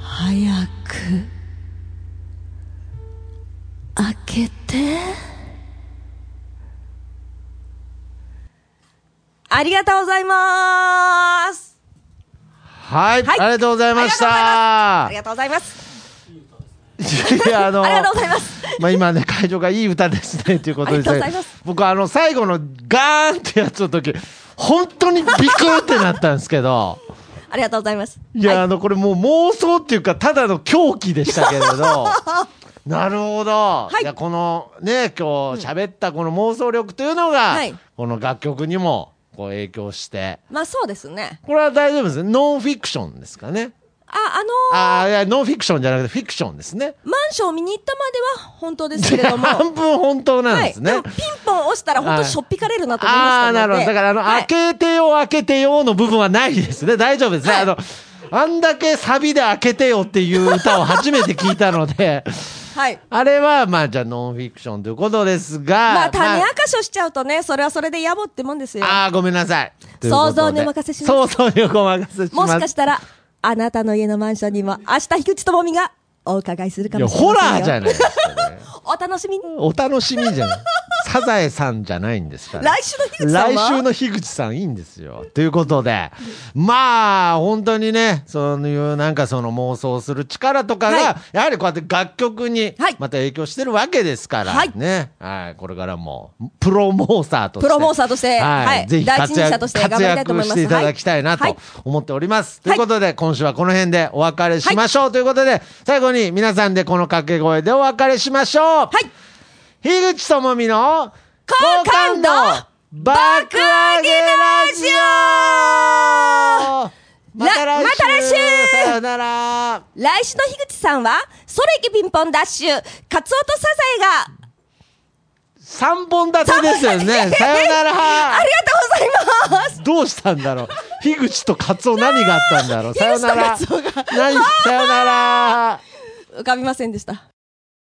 Speaker 3: 早く開けてありがとうございます
Speaker 4: はい、
Speaker 3: はい
Speaker 4: ありがとうございまし
Speaker 3: あ
Speaker 4: た
Speaker 3: り。がとうございます
Speaker 4: いや、あの
Speaker 3: ありがとうございます
Speaker 4: まあ今ね、会場がいい歌ですねっていうこと
Speaker 3: あ
Speaker 4: で
Speaker 3: り
Speaker 4: す
Speaker 3: がとうございます
Speaker 4: 僕あの最後のガーンってやつの時、本当にビクってなったんですけど、
Speaker 3: ありがとうございます
Speaker 4: いや、
Speaker 3: は
Speaker 4: あのこれもう妄想っていうか、ただの狂気でしたけれど、 なるほど。
Speaker 3: い
Speaker 4: いや、このね、今日喋ったこの妄想力というのが、
Speaker 3: はい
Speaker 4: この楽曲にもこう影響して、
Speaker 3: まあそうですね
Speaker 4: これは大丈夫ですね。ノンフィクションですかね。
Speaker 3: ああのー
Speaker 4: ああ、いや、ノンフィクションじゃなくてフィクションですね。
Speaker 3: マンションを見に行ったまでは本当ですけれど も。
Speaker 4: 半分本当なん
Speaker 3: は
Speaker 4: で
Speaker 3: い。
Speaker 4: すね。
Speaker 3: でもピンポン押したら本当にしょっぴかれるなと思いました
Speaker 4: ああー、
Speaker 3: ので。
Speaker 4: なるほど。だから、あの、
Speaker 3: はい
Speaker 4: 開けてよ、開けてよの部分はないですね。大丈夫ですね。
Speaker 3: はい
Speaker 4: あの、あんだけサビで開けてよっていう歌を初めて聞いたので、
Speaker 3: はい。
Speaker 4: あれは、まあ、じゃあ、ノンフィクションということですが、
Speaker 3: まあ、種明
Speaker 4: まあ
Speaker 3: かしをしちゃうとね、それはそれで野暮ってもんですよ。
Speaker 4: あー、ごめんなさい。というこ
Speaker 3: 想
Speaker 4: とで
Speaker 3: 像にお任せします
Speaker 4: 想像にお任せしま
Speaker 3: も
Speaker 4: す。
Speaker 3: しかしたら、あなたの家のマンションにも明日、樋口智美がお伺いするか
Speaker 4: いや、
Speaker 3: もしれ
Speaker 4: ホ
Speaker 3: ませんよ。
Speaker 4: ラーじゃないですかね。
Speaker 3: お楽しみに。
Speaker 4: お楽しみじゃない。サザエさんじゃないんですから。
Speaker 3: 来週の樋口さんは
Speaker 4: 来週の樋口さんいいんですよ。ということで、まあ、本当にね、そういうなんかその妄想する力とかが、
Speaker 3: は
Speaker 4: やはりこうやって楽曲に
Speaker 3: はい
Speaker 4: また影響してるわけですから、
Speaker 3: はい
Speaker 4: ね。はい、これからも、プロモーサーとし
Speaker 3: プ
Speaker 4: て。
Speaker 3: ロモーサーとして
Speaker 4: はい、
Speaker 3: はい
Speaker 4: ぜひ
Speaker 3: 第一
Speaker 4: 活
Speaker 3: 人者
Speaker 4: 躍
Speaker 3: として頑張りたいと思います
Speaker 4: 活躍していただきたいな
Speaker 3: はい
Speaker 4: と思っております。
Speaker 3: はい
Speaker 4: ということで、今週はこの辺でお別れしましょう、ということで、最後に皆さんでこの掛け声でお別れしましょう。はい樋口智美
Speaker 3: 好
Speaker 4: の
Speaker 3: 感度
Speaker 4: 爆上げラジオまた来週
Speaker 3: また来週
Speaker 4: さよなら
Speaker 3: 来週の樋口さんは、それいけピンポンダッシュ、カツオとサザエが、
Speaker 4: 三本立てです よね。さよなら
Speaker 3: ありがとうございます
Speaker 4: どうしたんだろう樋口とカツオ何があったんだろうさよなら
Speaker 3: 樋口とカツオが
Speaker 4: 何さよなら
Speaker 3: 浮かびませんでした。